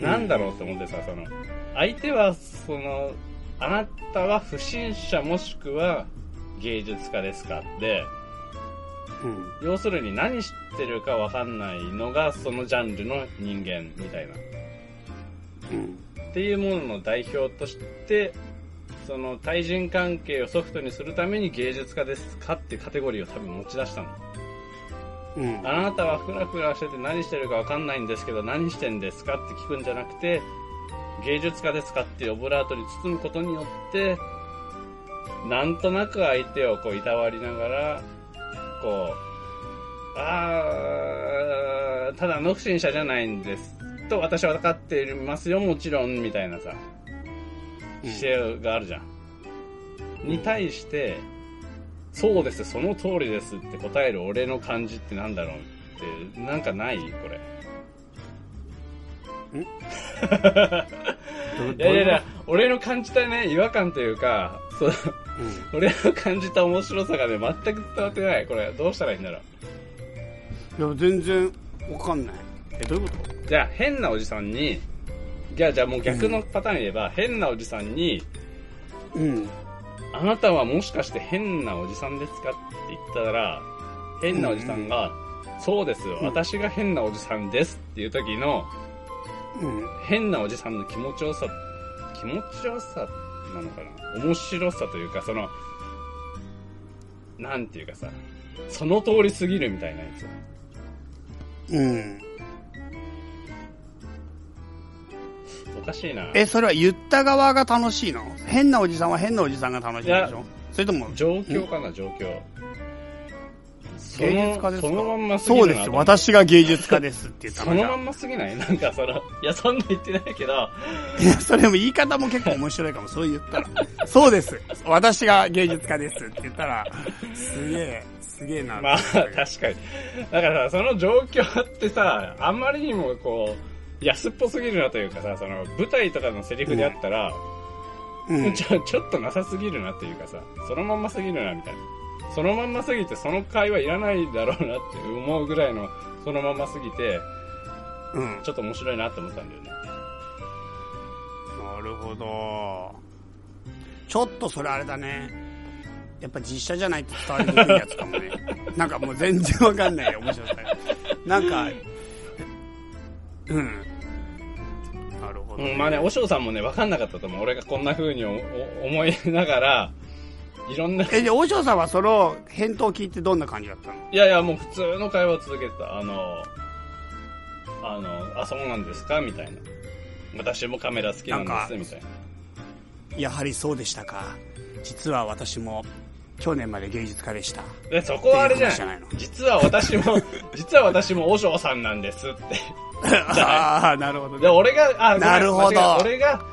B: なんだろうって思ってさ、その、相手は、その、あなたは不審者もしくは芸術家ですかって、
C: ん。うん。
B: 要するに何してるかわかんないのがそのジャンルの人間みたいな。
C: うん。
B: っていうものの代表としてその対人関係をソフトにするために芸術家ですかっていうカテゴリーを多分持ち出したの
C: うん。
B: あなたはフラフラしてて何してるかわかんないんですけど何してんですかって聞くんじゃなくて芸術家ですかっていうオブラートに包むことによってなんとなく相手をこういたわりながらこうあーただの不審者じゃないんですと私は分かっていますよもちろんみたいなさ姿勢があるじゃん。に対して、そうです、その通りですって答える俺の感じってなんだろうって、なんかないこれ。い
C: ど
B: やいやいや、俺の感じたね、違和感というか、そう、
C: どういう
B: 俺の感じた面白さがね、全く伝わってない。これ、どうしたらいいんだろう。
C: うん。いや、全然わかんない。え、どういうこ
B: じゃあ、変なおじさんに、じゃあ、じゃあもう逆のパターン言えば、変なおじさんに、
C: とうん。
B: あなたはもしかして変なおじさんですかって言ったら、変なおじさんが、そうです、私が変なおじさんですっていう時の、
C: うん。
B: 変なおじさんの気持ちよさ、気持ちよさなのかな面白さというか、その、なんていうかさ、その通りすぎるみたいなやつ。
C: うん。
B: おかしいな。
C: え、それは言った側が楽しいの変なおじさんは変なおじさんが楽しいんでし
B: い
C: ょそれとも、
B: 状況かな、状況。そ
C: 芸術家
B: の
C: ですか
B: そのまんますぎ
C: そう
B: る
C: で
B: なと思っ
C: すよ。
B: て
C: 私が芸術家ですって言った
B: そ
C: の
B: の
C: じ
B: ま
C: ゃ
B: んますぎないなんかその、 いや、そんな言ってないけど、
C: いや、それも言い方も結構面白いかも、そう言ったら。そうです。私が芸術家ですって言ったら、すげえ、すげえな。
B: まあ、確かに。だからさ、その状況ってさ、あんまりにもこう、安っぽすぎるなというかさ、その、舞台とかのセリフであったら、
C: うん。
B: ちょ、ちょっとなさすぎるなというかさ、そのまんますぎるな、みたいな。そのまんますぎて、その会話いらないだろうなって思うぐらいの、そのまんますぎて、
C: うん。
B: ちょっと面白いなって思ったんだよね。
C: なるほど。ちょっとそれあれだね。やっぱ実写じゃないと伝わりにくいやつかもね。 なんかもう全然わかんないよ、面白さが。なんか、うん。なるほど、
B: うん、まあね、おしょうさんもね、わかんなかったと思う。俺がこんな風におお思いながら、いろんな
C: え、で、大塩さんはその返答を聞いてどんな感じだったの
B: いやいや、もう普通の会話を続けてた。あの、あの、あ、そうなんですかみたいな。私もカメラ好きなん
C: な
B: です、
C: ん
B: みたいな。
C: やはりそうでしたか。実は私も、去年まで芸術家でした。
B: で、そこはあれじゃない。
C: っていう話じゃないの
B: 実は私 も、実は私も和尚さんなんですって。
C: ああ、なるほど
B: で、
C: ね。
B: 俺が、あ、ごめん
C: なるほど
B: 間違えた俺が、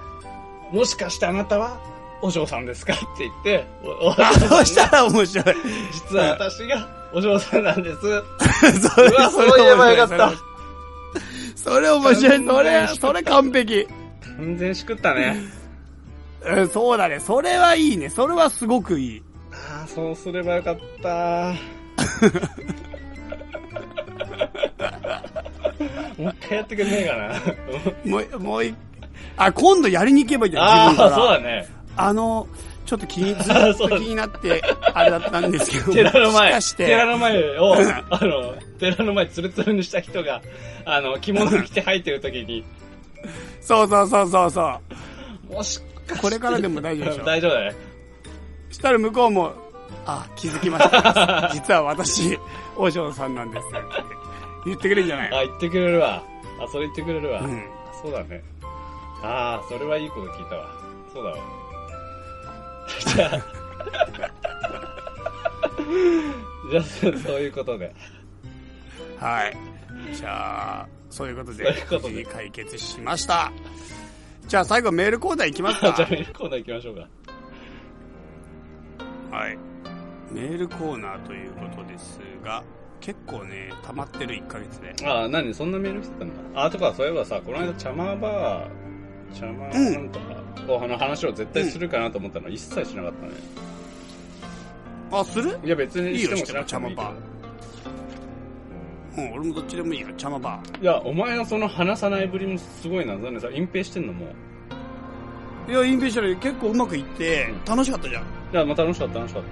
B: もしかしてあなたは、和尚さんですかって言 って、おお
C: あそうしたら面白い。
B: 実は私が和尚さんなんです。
C: そう
B: わ そう言えばよかった。
C: それ面白い、それ、それ完璧。
B: 完全しくったね。
C: うん、そうだね。それはいいね。それはすごくいい。
B: ああ、そうすればよか った。もう一回やってくんねえかな。
C: もう、もうい、あ、今度やりに行けばいいんだよ、
B: あ
C: 自
B: あー、
C: 分か
B: そう
C: ら。
B: だね。
C: あの、ちょっと気に、ずっと気になって、あれだったんですけど、
B: 寺の
C: もし
B: 前
C: か、し
B: 寺
C: て、
B: の前 を、あの、寺の前ツルツルにした人が、あの、着物着て入ってる時に、
C: そうそうそうそうそう。
B: もしかして
C: これからでも大丈夫でし ょ
B: 大丈夫だね。
C: したら向こうも、あ、気づきま した。実は私、王将さんなんですよって言ってくれるんじゃない
B: あ、言ってくれるわ。あ、それ言ってくれるわ。
C: うん
B: あそうだね。ああ、それはいいこと聞いたわ。そうだわ。 じゃあ、じゃあ、そういうことで。
C: はい。じゃあ、そういうこと
B: そう
C: で
B: いう、こ
C: 無
B: と
C: 事
B: で
C: に解決しました。じゃあ最後メールコーナーいきます
B: じゃ
C: か。
B: あ、メールコーナー行きましょうか。
C: はい。メールコーナーということですが、結構ね、溜まってる1ヶ月で。
B: ああ、何そんなメール来てたんだ。ああ、とか、そういえばさ、この間、チャマーバチャーマンなんとか、おの話を絶対するかなと思ったのは一切しなかったね。
C: あ、する
B: いや別に
C: いい
B: しても
C: よ、して
B: し
C: も
B: な
C: チャ
B: くてもいい
C: マ
B: けど
C: バー。うん、俺もどっちでもいいよ、チャマバ
B: いや、お前のその話さないぶりもすごいな、残念さ、隠蔽してんのもう。
C: ー。いや、インペシャル結構うまくいって、楽しかったじゃん。
B: いや、まあ楽しかった、楽しかっ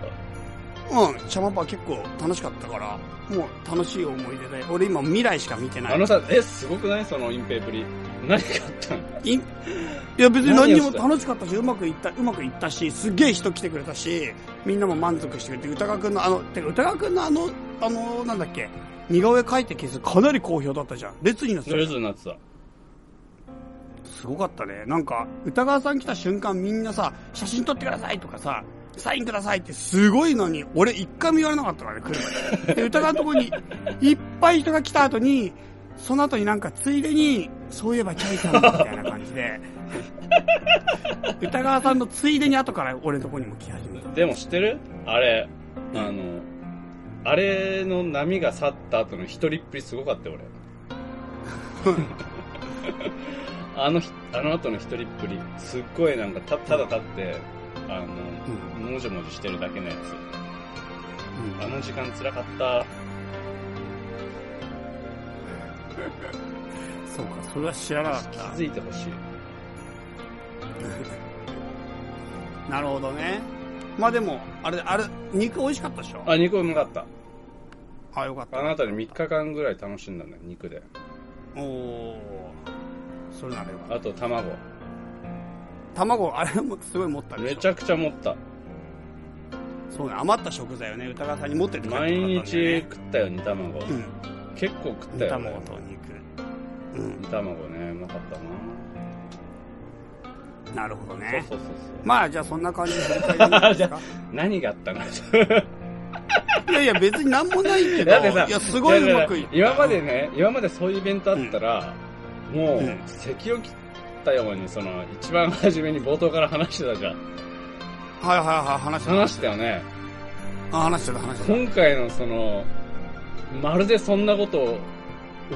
C: うん、チャマバー結構楽しかったから、もう楽しい思い出で、俺今未来しか見てな
B: た。
C: い。
B: あのさ、え、すごくないその隠蔽ぶり。何があったの
C: いい や別に何にも
B: 何
C: 楽しかったしうまくいったうまくいったしすげえ人来てくれたしみんなも満足してくれて歌川くんのあのてか歌川くんのあのあのなんだっけ似顔絵描いて消すかなり好評だったじゃん列になって
B: そ
C: た
B: れ
C: じ
B: ぞ
C: ゃん
B: れなってた。
C: すごかったねなんか歌川さん来た瞬間みんなさ写真撮ってくださいとかさサインくださいってすごいのに俺一回も言われなかったからね来るまでで歌川のとこにいっぱい人が来た後にその後になんかついでにそういえばキャイさんだみたいな感じで歌川さんのついでに後から俺のとこにも来始めた
B: でも知ってるあれ、あの、あれの波が去った後の一人っぷりすごかったよ、俺。 あのひ、あの後の一人っぷり、すっごいなんか、た、ただ立って、あの、もじもじしてるだけのやつ。あの時間辛かった。
C: そうかそれは知らなかった
B: 気づいてほしい。
C: なるほどねまあでもあれあれ肉美味しかったでしょ
B: あ、肉うまかった。
C: あよかった
B: あなたで3日間ぐらい楽しんだんだよ、肉で。
C: おおそれならよかった
B: あと卵。
C: 卵あれもすごい持ったでし
B: め
C: ょ
B: ちゃくちゃ持った。
C: そうね余った食材をね歌川さんに持ってって帰って
B: 毎
C: もらったんだよ
B: 日
C: ね
B: 食ったよ、煮卵。結構食
C: う
B: っ
C: ん
B: たよ、
C: 煮卵
B: ね。
C: と肉うん
B: 煮卵ね、うまかったな。
C: なるほどね
B: そうそうそうそう。
C: まあじゃあそんな感じで振り返 りなんですか
B: 何があったの
C: いやいや別になんもないけど
B: だってさ
C: いやすごいうまくいった
B: 今までね、今までそういうイベントあったら、もう、
C: うん
B: 咳を切ったように、その、一番初めに冒頭から話してたじゃん。
C: はいはいはい話してた
B: 話してたよね。
C: あ話してた話して
B: 今回のその、まるでそんなこと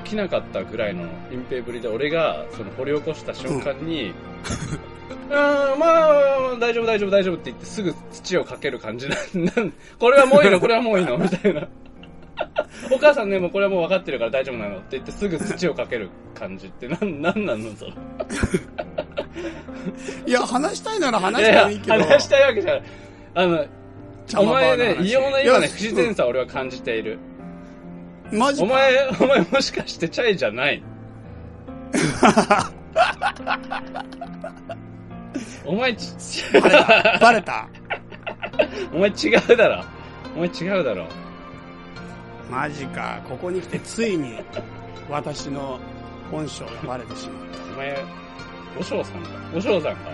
B: 起きなかったぐらいの隠蔽ぶりで、俺がその掘り起こした瞬間に、うーん、まあ、大丈夫大丈夫大丈夫って言ってすぐ土をかける感じな、なん これはもういいのこれはもういいのみたいな。お母さんね、もうこれはもう分かってるから大丈夫なのって言ってすぐ土をかける感じってなん、なんなのそれ。
C: たいや話したいなら話
B: い
C: して
B: や
C: もいい
B: い
C: けど
B: や、話したいわけじゃない。あの、
C: 茶
B: お
C: 碗バ
B: 前
C: ーの話
B: ね、異様な今ね、
C: いや
B: 不自然さを俺は感じている。
C: うんマジ
B: お前、お前もしかしてチャイじゃないお前ち、
C: バレたバレた
B: お前違うだろ。お前違うだろ。
C: マジかここに来てついに私の本性がバレてしまった
B: お前、おしょうさんか。おしょうさんか。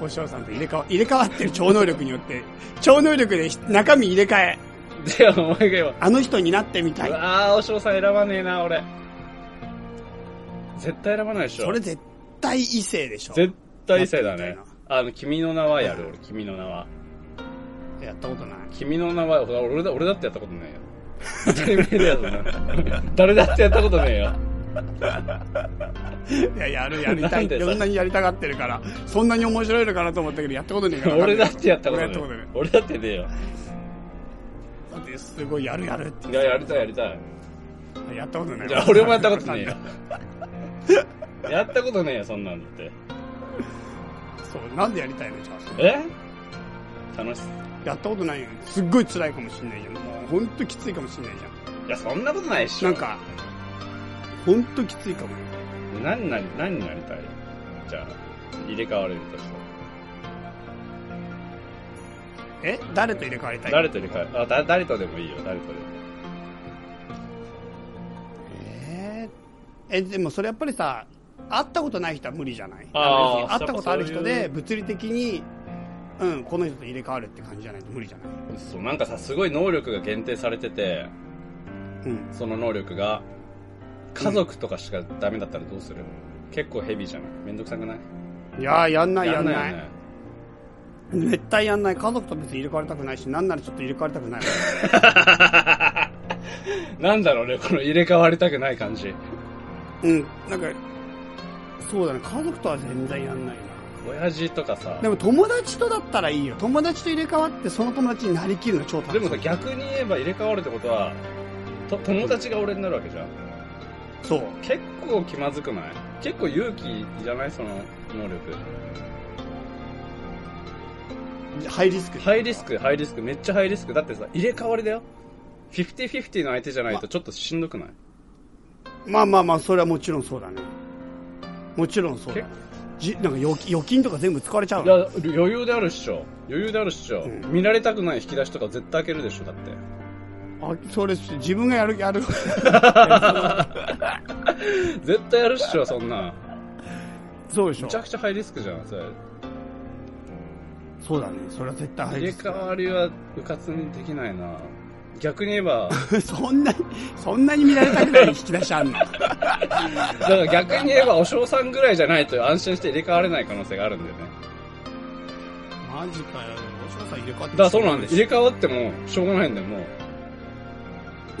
C: お嬢さんと入れ替わ入れ替わってる超能力によって超能力で中身入れ替え
B: で、お前が今、
C: あの人になってみた
B: う
C: い
B: わー、おしょうさん選ばねえな、俺。絶対選ばないでしょ。
C: それ絶対異性でしょ
B: 絶対正だ
C: やっ
B: ね
C: てみ。
B: あの、君の名はやる、
C: うん
B: 俺、君の名は。
C: やったことない
B: 君の名は、俺だ、俺だってやったことないよ。当たり前だよ、そんな誰だってやったことねえよ。
C: いややるやりた
B: な
C: い
B: んで
C: い
B: だ
C: ろんなにやりたがってるからそんなに面白いのかなと思ったけどやったことねえから
B: 俺だってやったこと
C: 俺
B: な
C: やったこと
B: い
C: ね。
B: 俺だってねえよ。
C: えだってすごいやるやるって
B: いや、やりたい、やりたい。
C: やったことない
B: じゃあ、俺もやったことねえよ。やったことねえよ、そんなんだって。
C: そうなんでやりたいのじゃあそれ
B: え楽しい。
C: やったことないよすっごい辛いかもしんないじゃんもうほんときついかもしんないじゃん
B: いや、そんなことないっしょ。
C: なん。か、ほんときついかもよ。
B: 何なり、何になりたいじゃあ、入れ替われるとして。
C: え誰と入れ替わりたい
B: 誰と入れ替え、あ、だ、誰とでもいいよ、誰とでも。
C: えーえ、でもそれやっぱりさ、会ったことない人は無理じゃない
B: あー
C: あの要するに会ったことある人
B: やっ
C: で、
B: ぱ
C: 物理的に、うん、この人と入れ替わるって感じじゃないと無理じゃない
B: そう、なんかさ、すごい能力が限定されてて、
C: うん。
B: その能力が、家族とかしかダメだったらどうする、結構ヘビーじゃないめんどくさくない
C: いやー、やんないやんない。
B: よね。
C: 絶対やんない。家族と別に入れ替わりたくないし、なんならちょっと入れ替わりたくない。
B: なんだろうね、この入れ替わりたくない感じ。
C: うん。なんか、そうだね家族とは全然やんないな
B: 親父とかさ
C: でも友達とだったらいいよ友達と入れ替わってその友達になりきるの超楽し
B: で
C: い
B: もさ逆に言えば入れ替わるってことはと友達が俺になるわけじゃん
C: そう
B: 結構気まずくない結構勇気じゃないその能力
C: ハイリスク
B: ハイリスクハイリスクめっちゃハイリスクだってさ入れ替わりだよ50-50の相手じゃないとちょっとしんどくない
C: まあまあまあそれはもちろんそうだねもちろんそうだ、ね、じなんか預預金とか全部使われちゃう
B: い
C: の
B: や余裕であるっしょ余裕であるっしょ、
C: うん
B: 見られたくない引き出しとか絶対開けるでしょだって
C: あそれ自分がやるや る
B: 絶対やるっしょそんな
C: そうでし
B: めちゃ
C: ょ
B: くちゃハイリスクじゃんそれ
C: そうだねそれは絶対ハイ
B: 入れ
C: リスク
B: 替わりはうかつにできないな逆に言えば
C: そんなにそんなに見られたくない引き出しあんの
B: だから逆に言えばお嬢さんぐらいじゃないと安心して入れ替われない可能性があるんだよね
C: マジかよお嬢さん入れ替わって
B: だからそうなんです入れ替わってもしょうがないんだよもう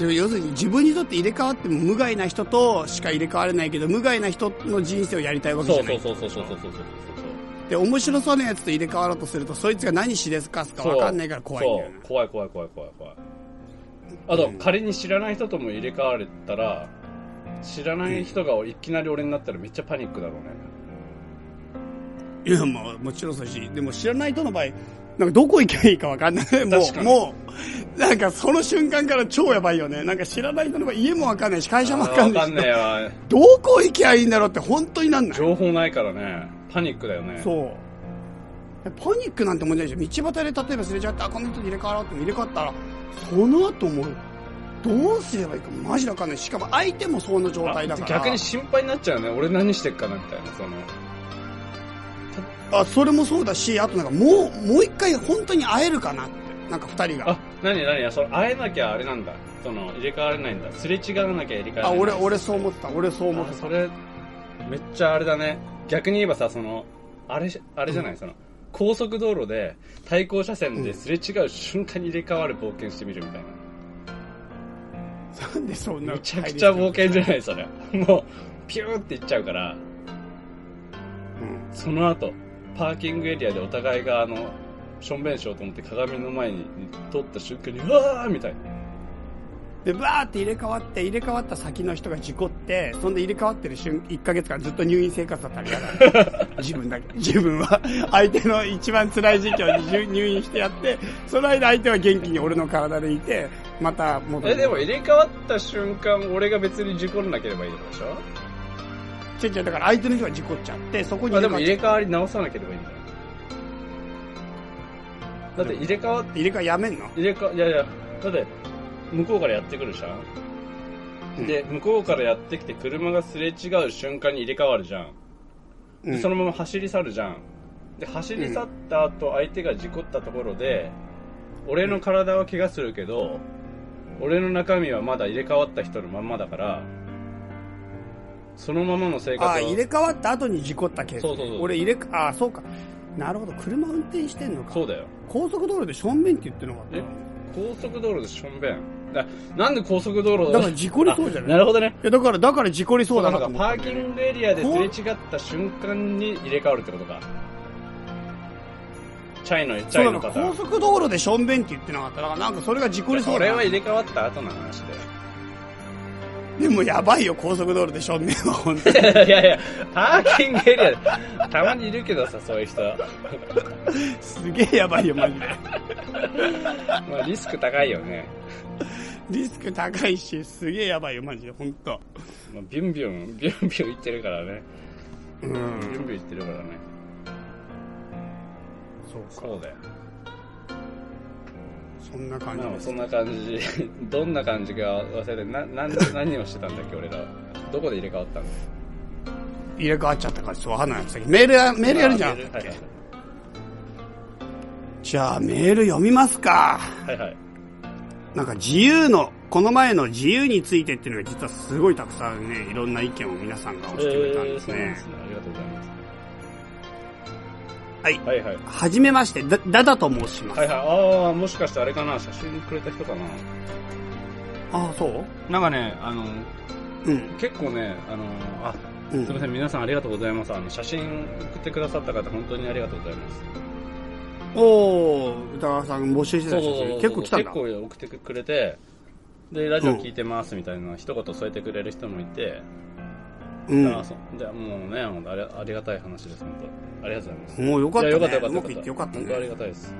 C: でも要するに自分にとって入れ替わっても無害な人としか入れ替われないけど無害な人の人生をやりたいわけじ
B: そ
C: ゃ
B: う
C: な
B: そ
C: いう
B: そうそうそうそうそうそう
C: で面白そうなやつと入れ替わろうとするとそいつが何しでかすか
B: そう
C: 分かんないから怖いんだよね
B: そう怖い怖い怖い怖い怖いあと、
C: うん
B: 仮に知らない人とも入れ替われたら知らない人がいきなり俺になったらめっちゃパニックだろうね、
C: いやまあもちろんそうだしでも知らない人の場合なんかどこ行けばいいか分かんない も
B: 確かに
C: うもうなんかその瞬間から超やばいよねなんか知らない人の場合家も分かんないし会社も分かんないし
B: ねえわ
C: どこ行きゃいいんだろうって本当になんない
B: 情報ないからねパニックだよね
C: そう。パニックなんてもんじゃないでしょ。道端で例えばすれ違って、あ、この人と入れ替わろうって入れ替わったら、その後もう、どうすればいいかマジでわかんない。しかも相手もその状態だから。
B: 逆に心配になっちゃうね俺何してっかなみたいなその
C: あ、それもそうだし、あとなんかもう、もう一回本当に会えるかなって。なんか二人が。
B: あ何何その会えなきゃあれなんだその入れ替われないんだすれ違わなきゃ入れ替われ
C: あ、
B: ない
C: 俺、俺そう思ってた。俺そう思っ
B: あ
C: てた。
B: それめっちゃあれだね逆に言えばさそのあれあれじゃない、その高速道路で対向車線ですれ違う瞬間に入れ替わる冒険してみるみたいな、
C: なんでそんな。
B: めちゃくちゃ冒険じゃないそれもうピューって行っちゃうから
C: うん。
B: その後パーキングエリアでお互いがあのしょんべんしようと思って鏡の前に撮った瞬間にうわーみたいな
C: で、バーって入れ替わって、入れ替わった先の人が事故って、そんで入れ替わってる瞬、1ヶ月間ずっと入院生活だったら嫌だ、 ね、自分だけ。自分は、相手の一番辛い時期を入入院してやって、その間相手は元気に俺の体でいて、また戻る。
B: えでも入れ替わった瞬間俺が別に事故らなければいいのでしょ
C: ちょいちょいだから相手の人が事故っちゃって、そこに
B: あ
C: 入
B: で
C: れ
B: も入
C: 替
B: れ
C: わっ
B: 替わり直さなければいいんだよだって入れ替わっ
C: 入れ替えやめんの
B: 入れかいやいやだって向こうからやってくるじゃん、
C: うん
B: で向こうからやってきて車がすれ違う瞬間に入れ替わるじゃん、
C: う
B: で
C: ん
B: そのまま走り去るじゃんで走り去った後相手が事故ったところで俺の体は怪我するけど俺の中身はまだ入れ替わった人のまんまだからそのままの生活を
C: ああ、入れ替わった後に事故ったケースね。
B: そうそうそう
C: 俺入れか、ああ、そうか。なるほど、車運転してんのか。
B: そうだよ
C: 高速道路で正面って言ってなかった
B: え高速道路でしょんべんだなんで高速道路
C: だから事故りそうじゃな
B: あ
C: い
B: なるほどね
C: いや、だから、だから事故りそうだな
B: な
C: と
B: ん
C: 思
B: か
C: った
B: パー
C: んだ
B: キ
C: よね
B: ングエリアですれ違った瞬間に入れ替わるってことかチャイのチャ
C: そう
B: イの
C: なの
B: パター
C: 高
B: ン
C: 速道路でしょんべんって言ってなかっただからなんかそれが事故りそう
B: こ
C: だ
B: れ
C: な
B: は入れ替わった後の話
C: でもやばいよ高速道路でしょんべんは本当に
B: で いやいやパーキングエリアでたまにいるけどさそういう人、
C: すげえやばいよマジで
B: まあ、リスク高いよね、
C: リスク高いしすげえやばいよマジで本当
B: まあ、ビュンビュンビュンビュンいってるからね
C: う
B: ビュ
C: ん
B: ンビュンいってるからね
C: そうか
B: そうだよ
C: そんな感じ
B: まあ
C: です
B: そんな感じ どんな感じか忘れてななん何をしてたんだっけ俺らどこで入れ替わったの
C: 入れ替わっちゃったからそうわかんないですメールやメールやるじゃん
B: あメール
C: じゃあメール読みますか
B: はいはいはいはい
C: なんか自由のこの前の自由についてっていうのが実はすごいたくさんねいろんな意見を皆さんが押してくれたん
B: え
C: で
B: ー
C: す
B: そうなん
C: ね
B: ですね。ありがとうございます。
C: はい
B: はいはい。
C: はじめましてだだだと申します
B: はいはい。ああ、もしかしてあれかな写真くれた人かな
C: ああそう
B: なんかね、あの、
C: うん
B: 結構ね、あの、あ、
C: うん
B: すみません、皆さんありがとうございます。あの、写真送ってくださった方、本当にありがとうございます。
C: おー、歌川さん募集してた
B: そう
C: 写真結構来たんだ。
B: 結構送ってくれて、で、ラジオ聞いてますみたいな、一言添えてくれる人もいて、
C: うん。
B: あそうじゃあもうね、本当ありありがたい話です、本当。ありがとうございます。
C: もうよかった
B: いや
C: ね。
B: よかったよかった。
C: うまくいってよかったね。
B: 本当ありがたいです。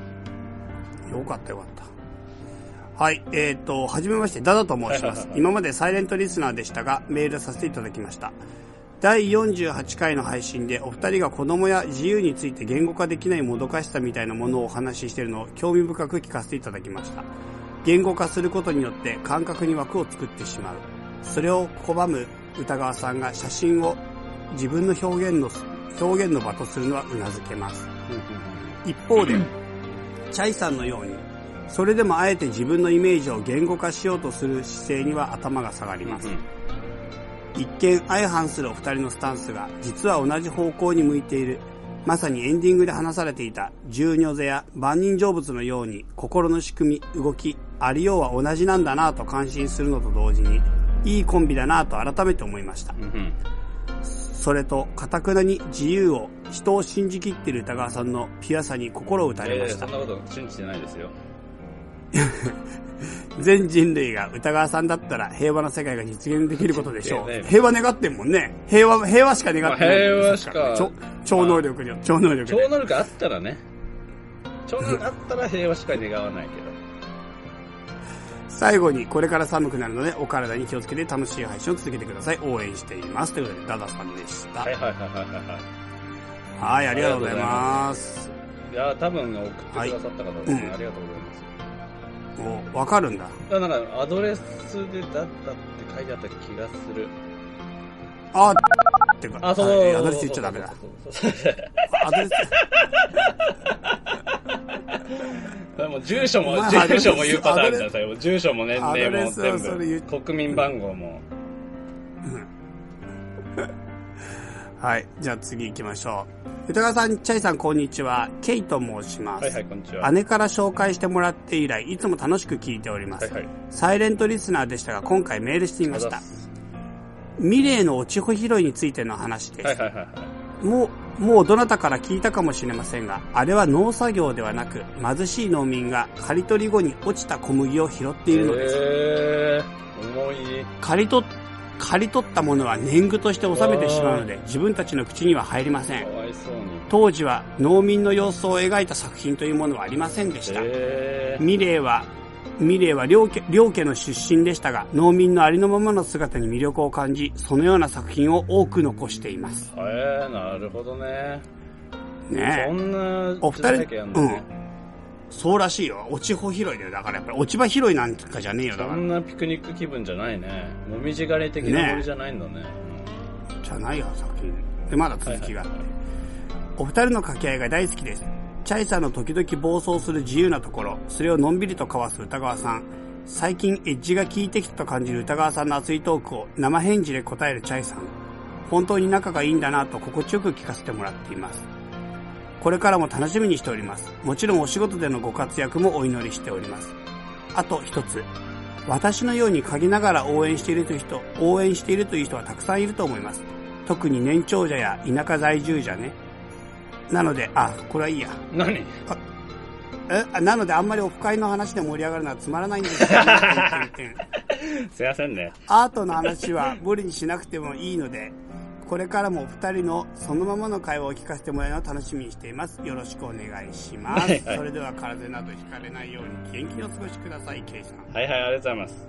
C: よかったよかった。はい、えっ、と、はじめまして、ダダと申しま
B: はいはい
C: す
B: は。い
C: 今までサイレントリスナーでしたが、メールさせていただきました。第48回の配信でお二人が子供や自由について言語化できないもどかしさみたいなものをお話ししているのを興味深く聞かせていただきました。言語化することによって感覚に枠を作ってしまう。それを拒む歌川さんが写真を自分の表現の、表現の場とするのは頷けます。一方で、チャイさんのように、それでもあえて自分のイメージを言語化しようとする姿勢には頭が下がり
B: うんうん
C: ます。一見相反するお二人のスタンスが、実は同じ方向に向いている。まさにエンディングで話されていた、重尿背や万人成仏のように、心の仕組み、動き、ありようは同じなんだなぁと感心するのと同時に、いいコンビだなぁと改めて思いました。
B: うんうん
C: それと、かたくなに自由を、人を信じきっている歌川さんのピュアさに心を打たれ
B: え
C: ま
B: ー
C: した
B: そん。なこと信じてないですよ。
C: 全人類が歌川さんだったら平和な世界が実現できることでしょ
B: いやね
C: う。平和願ってんもんね。平和、平和しか願ってない。
B: まあ平和しか
C: 超超能力によ、超能力
B: 超
C: で。
B: 能力あったらね、超能力あったら平和しか願わないけど。
C: 最後に、これから寒くなるので、お体に気をつけて楽しい配信を続けてください。応援しています。ということで、ダダさんでした。
B: は
C: はいい、
B: はいはいはいはい
C: ありがとうございます。
B: はい。いやー、多分送ってくださった方です
C: は
B: ね。
C: いうん
B: ありがとうございます。
C: もう、わかるんだ。
B: だからなんか、アドレスでだったって書いてあった気がする。
C: あー、ってか、
B: あ、そう
C: はいアドレス言っちゃダメだ。。
B: そうそうそうそう
C: アドレス、
B: でも住所も
C: まあ、
B: 住所も言うパターンじゃ
C: ア
B: ん、最後。住所も年
C: アド
B: 齢
C: レ
B: も
C: スはそれ言
B: 全部。国民番号も。
C: はい、じゃあ次行きましょう。歌川さん、チャイさん、こんにちは。ケイと申します。
B: はいはい、こんにちは。
C: 姉から紹介してもらって以来、いつも楽しく聞いております。
B: はいはい。
C: サイレントリスナーでしたが、今回メールしてみまし
B: あざ
C: た
B: っ。す
C: ミレーの落ち穂拾いについての話です。
B: はいはいはいはい。
C: もう、もうどなたから聞いたかもしれませんが、あれは農作業ではなく、貧しい農民が刈り取り後に落ちた小麦を拾っているのです。
B: えー、重い。
C: 刈り取っ、刈り取ったものは年貢として納めてしまうので、自分たちの口には入りませ
B: か
C: ん。
B: わいそうに。
C: 当時は農民の様子を描いた作品というものはありませんでした。
B: えー、
C: ミレーは、ミレーは両家両家の出身でしたが、農民のありのままの姿に魅力を感じ、そのような作品を多く残しています。
B: えー、なるほどね。そ
C: ねえ。
B: んな
C: お
B: 時代
C: 二
B: 劇
C: 人、
B: やん
C: う
B: の
C: ん
B: ね。。
C: そうらしいよ。落ち穂拾いだよ。だからやっぱり落ち葉拾いなんかじゃねえよ。だ
B: そ
C: か
B: んなピクニック気分じゃないね。もみじ狩り的
C: ね
B: なノリじゃないんだね。
C: ら、じゃないよ、作品。で、まだ続きがあって。お二人の掛け合いが大好きです。チャイさんの時々暴走する自由なところ、それをのんびりと交わす歌川さん。最近エッジが効いてきたと感じる歌川さんの熱いトークを生返事で答えるチャイさん。本当に仲がいいんだなと心地よく聞かせてもらっています。これからも楽しみにしております。もちろんお仕事でのご活躍もお祈りしております。あと一つ。私のように嗅ぎながら応援しているという人、応援しているという人はたくさんいると思います。特に年長者や田舎在住者ね。なので、あ、これはいいや。
B: うん何
C: えあなのであんまりオフ会の話で盛り上がるのはつまらないんです けど、ね、点々々
B: すいませんね。
C: アートの話は無理にしなくてもいいので、これからもお二人のそのままの会話を聞かせてもらえるのを楽しみにしています。よろしくお願いします。
B: はいはい
C: それでは風邪などひかれないように元気にお過ごしください、ケイさん。
B: はいはい、ありがとうございます。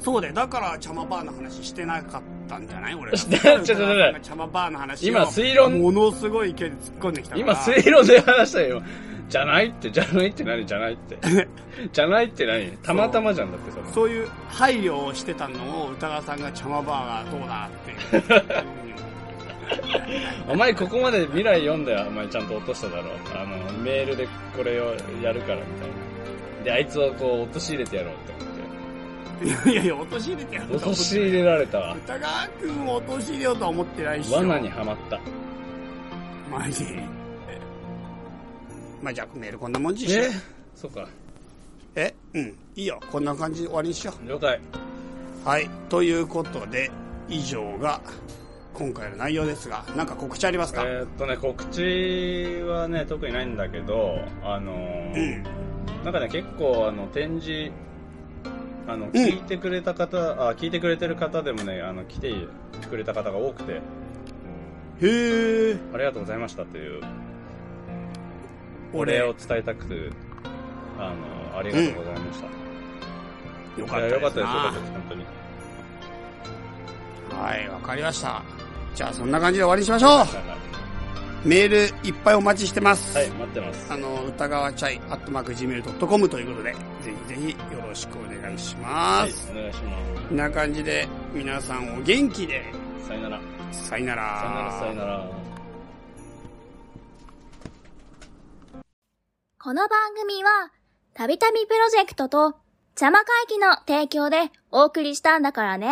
C: そうだよ。だから、チャマバーの話してなかったんじゃない俺ら。
B: してちょっと
C: チャマバーの話を。
B: 今推論
C: ものすごい勢いで突っ込んできたから。
B: 今、水路で話したよ。じゃないって、じゃないって何じゃないって。じゃないって何 たまたまじゃんだって、それ。
C: そういう配慮をしてたのを、歌川さんがチャマバーがどうだっていう。
B: お前ここまで未来読んだよ、お前ちゃんと落としただろ。あの、メールでこれをやるからみたいな。で、あいつをこう、落とし入れてやろうって思っ
C: いやいや、落とし入れてやる
B: て。落とし入れられたわ。
C: 歌川くんを落とし入れようとは思ってないっしょ。
B: 罠に。はまった。
C: マジ。まあ、じゃあ、メールこんなもんじにしよう
B: えそうか。
C: えうん。いいよ。こんな感じで終わりにしよう。
B: 了解。
C: はい。ということで、以上が、今回の内容ですが、なんか告知ありますか、
B: えーっとね、告知はね、特にないんだけど、あのーなんかね、結構、あの、展示、あの、聞いてくれた方、あ、聞いてくれてる方でもね、あの、来てくれた方が多くて、
C: へえ。
B: ありがとうございましたという、お礼を伝えたくて、あの、ありがとうございました。
C: よ
B: い
C: か
B: や
C: った
B: よかっ
C: で
B: た
C: す
B: です、よか
C: な
B: ったです、本当に。
C: はい、わかりました。じゃあそんな感じで終わりにしましょうメールいっぱいお待ちしてます。
B: はい、待ってます。
C: あの、歌川チャイ、アットマーク Gmail.com ということで、ぜひぜひよろしくお願いしま
B: はい
C: す。、
B: お願いしま
C: こんな感じで、皆さんお元気で、
B: す。さよなら。
C: さよなら。
B: さよなら、さよなら。
D: この番組は、たびたびプロジェクトと、邪魔会議の提供でお送りしたんだからね。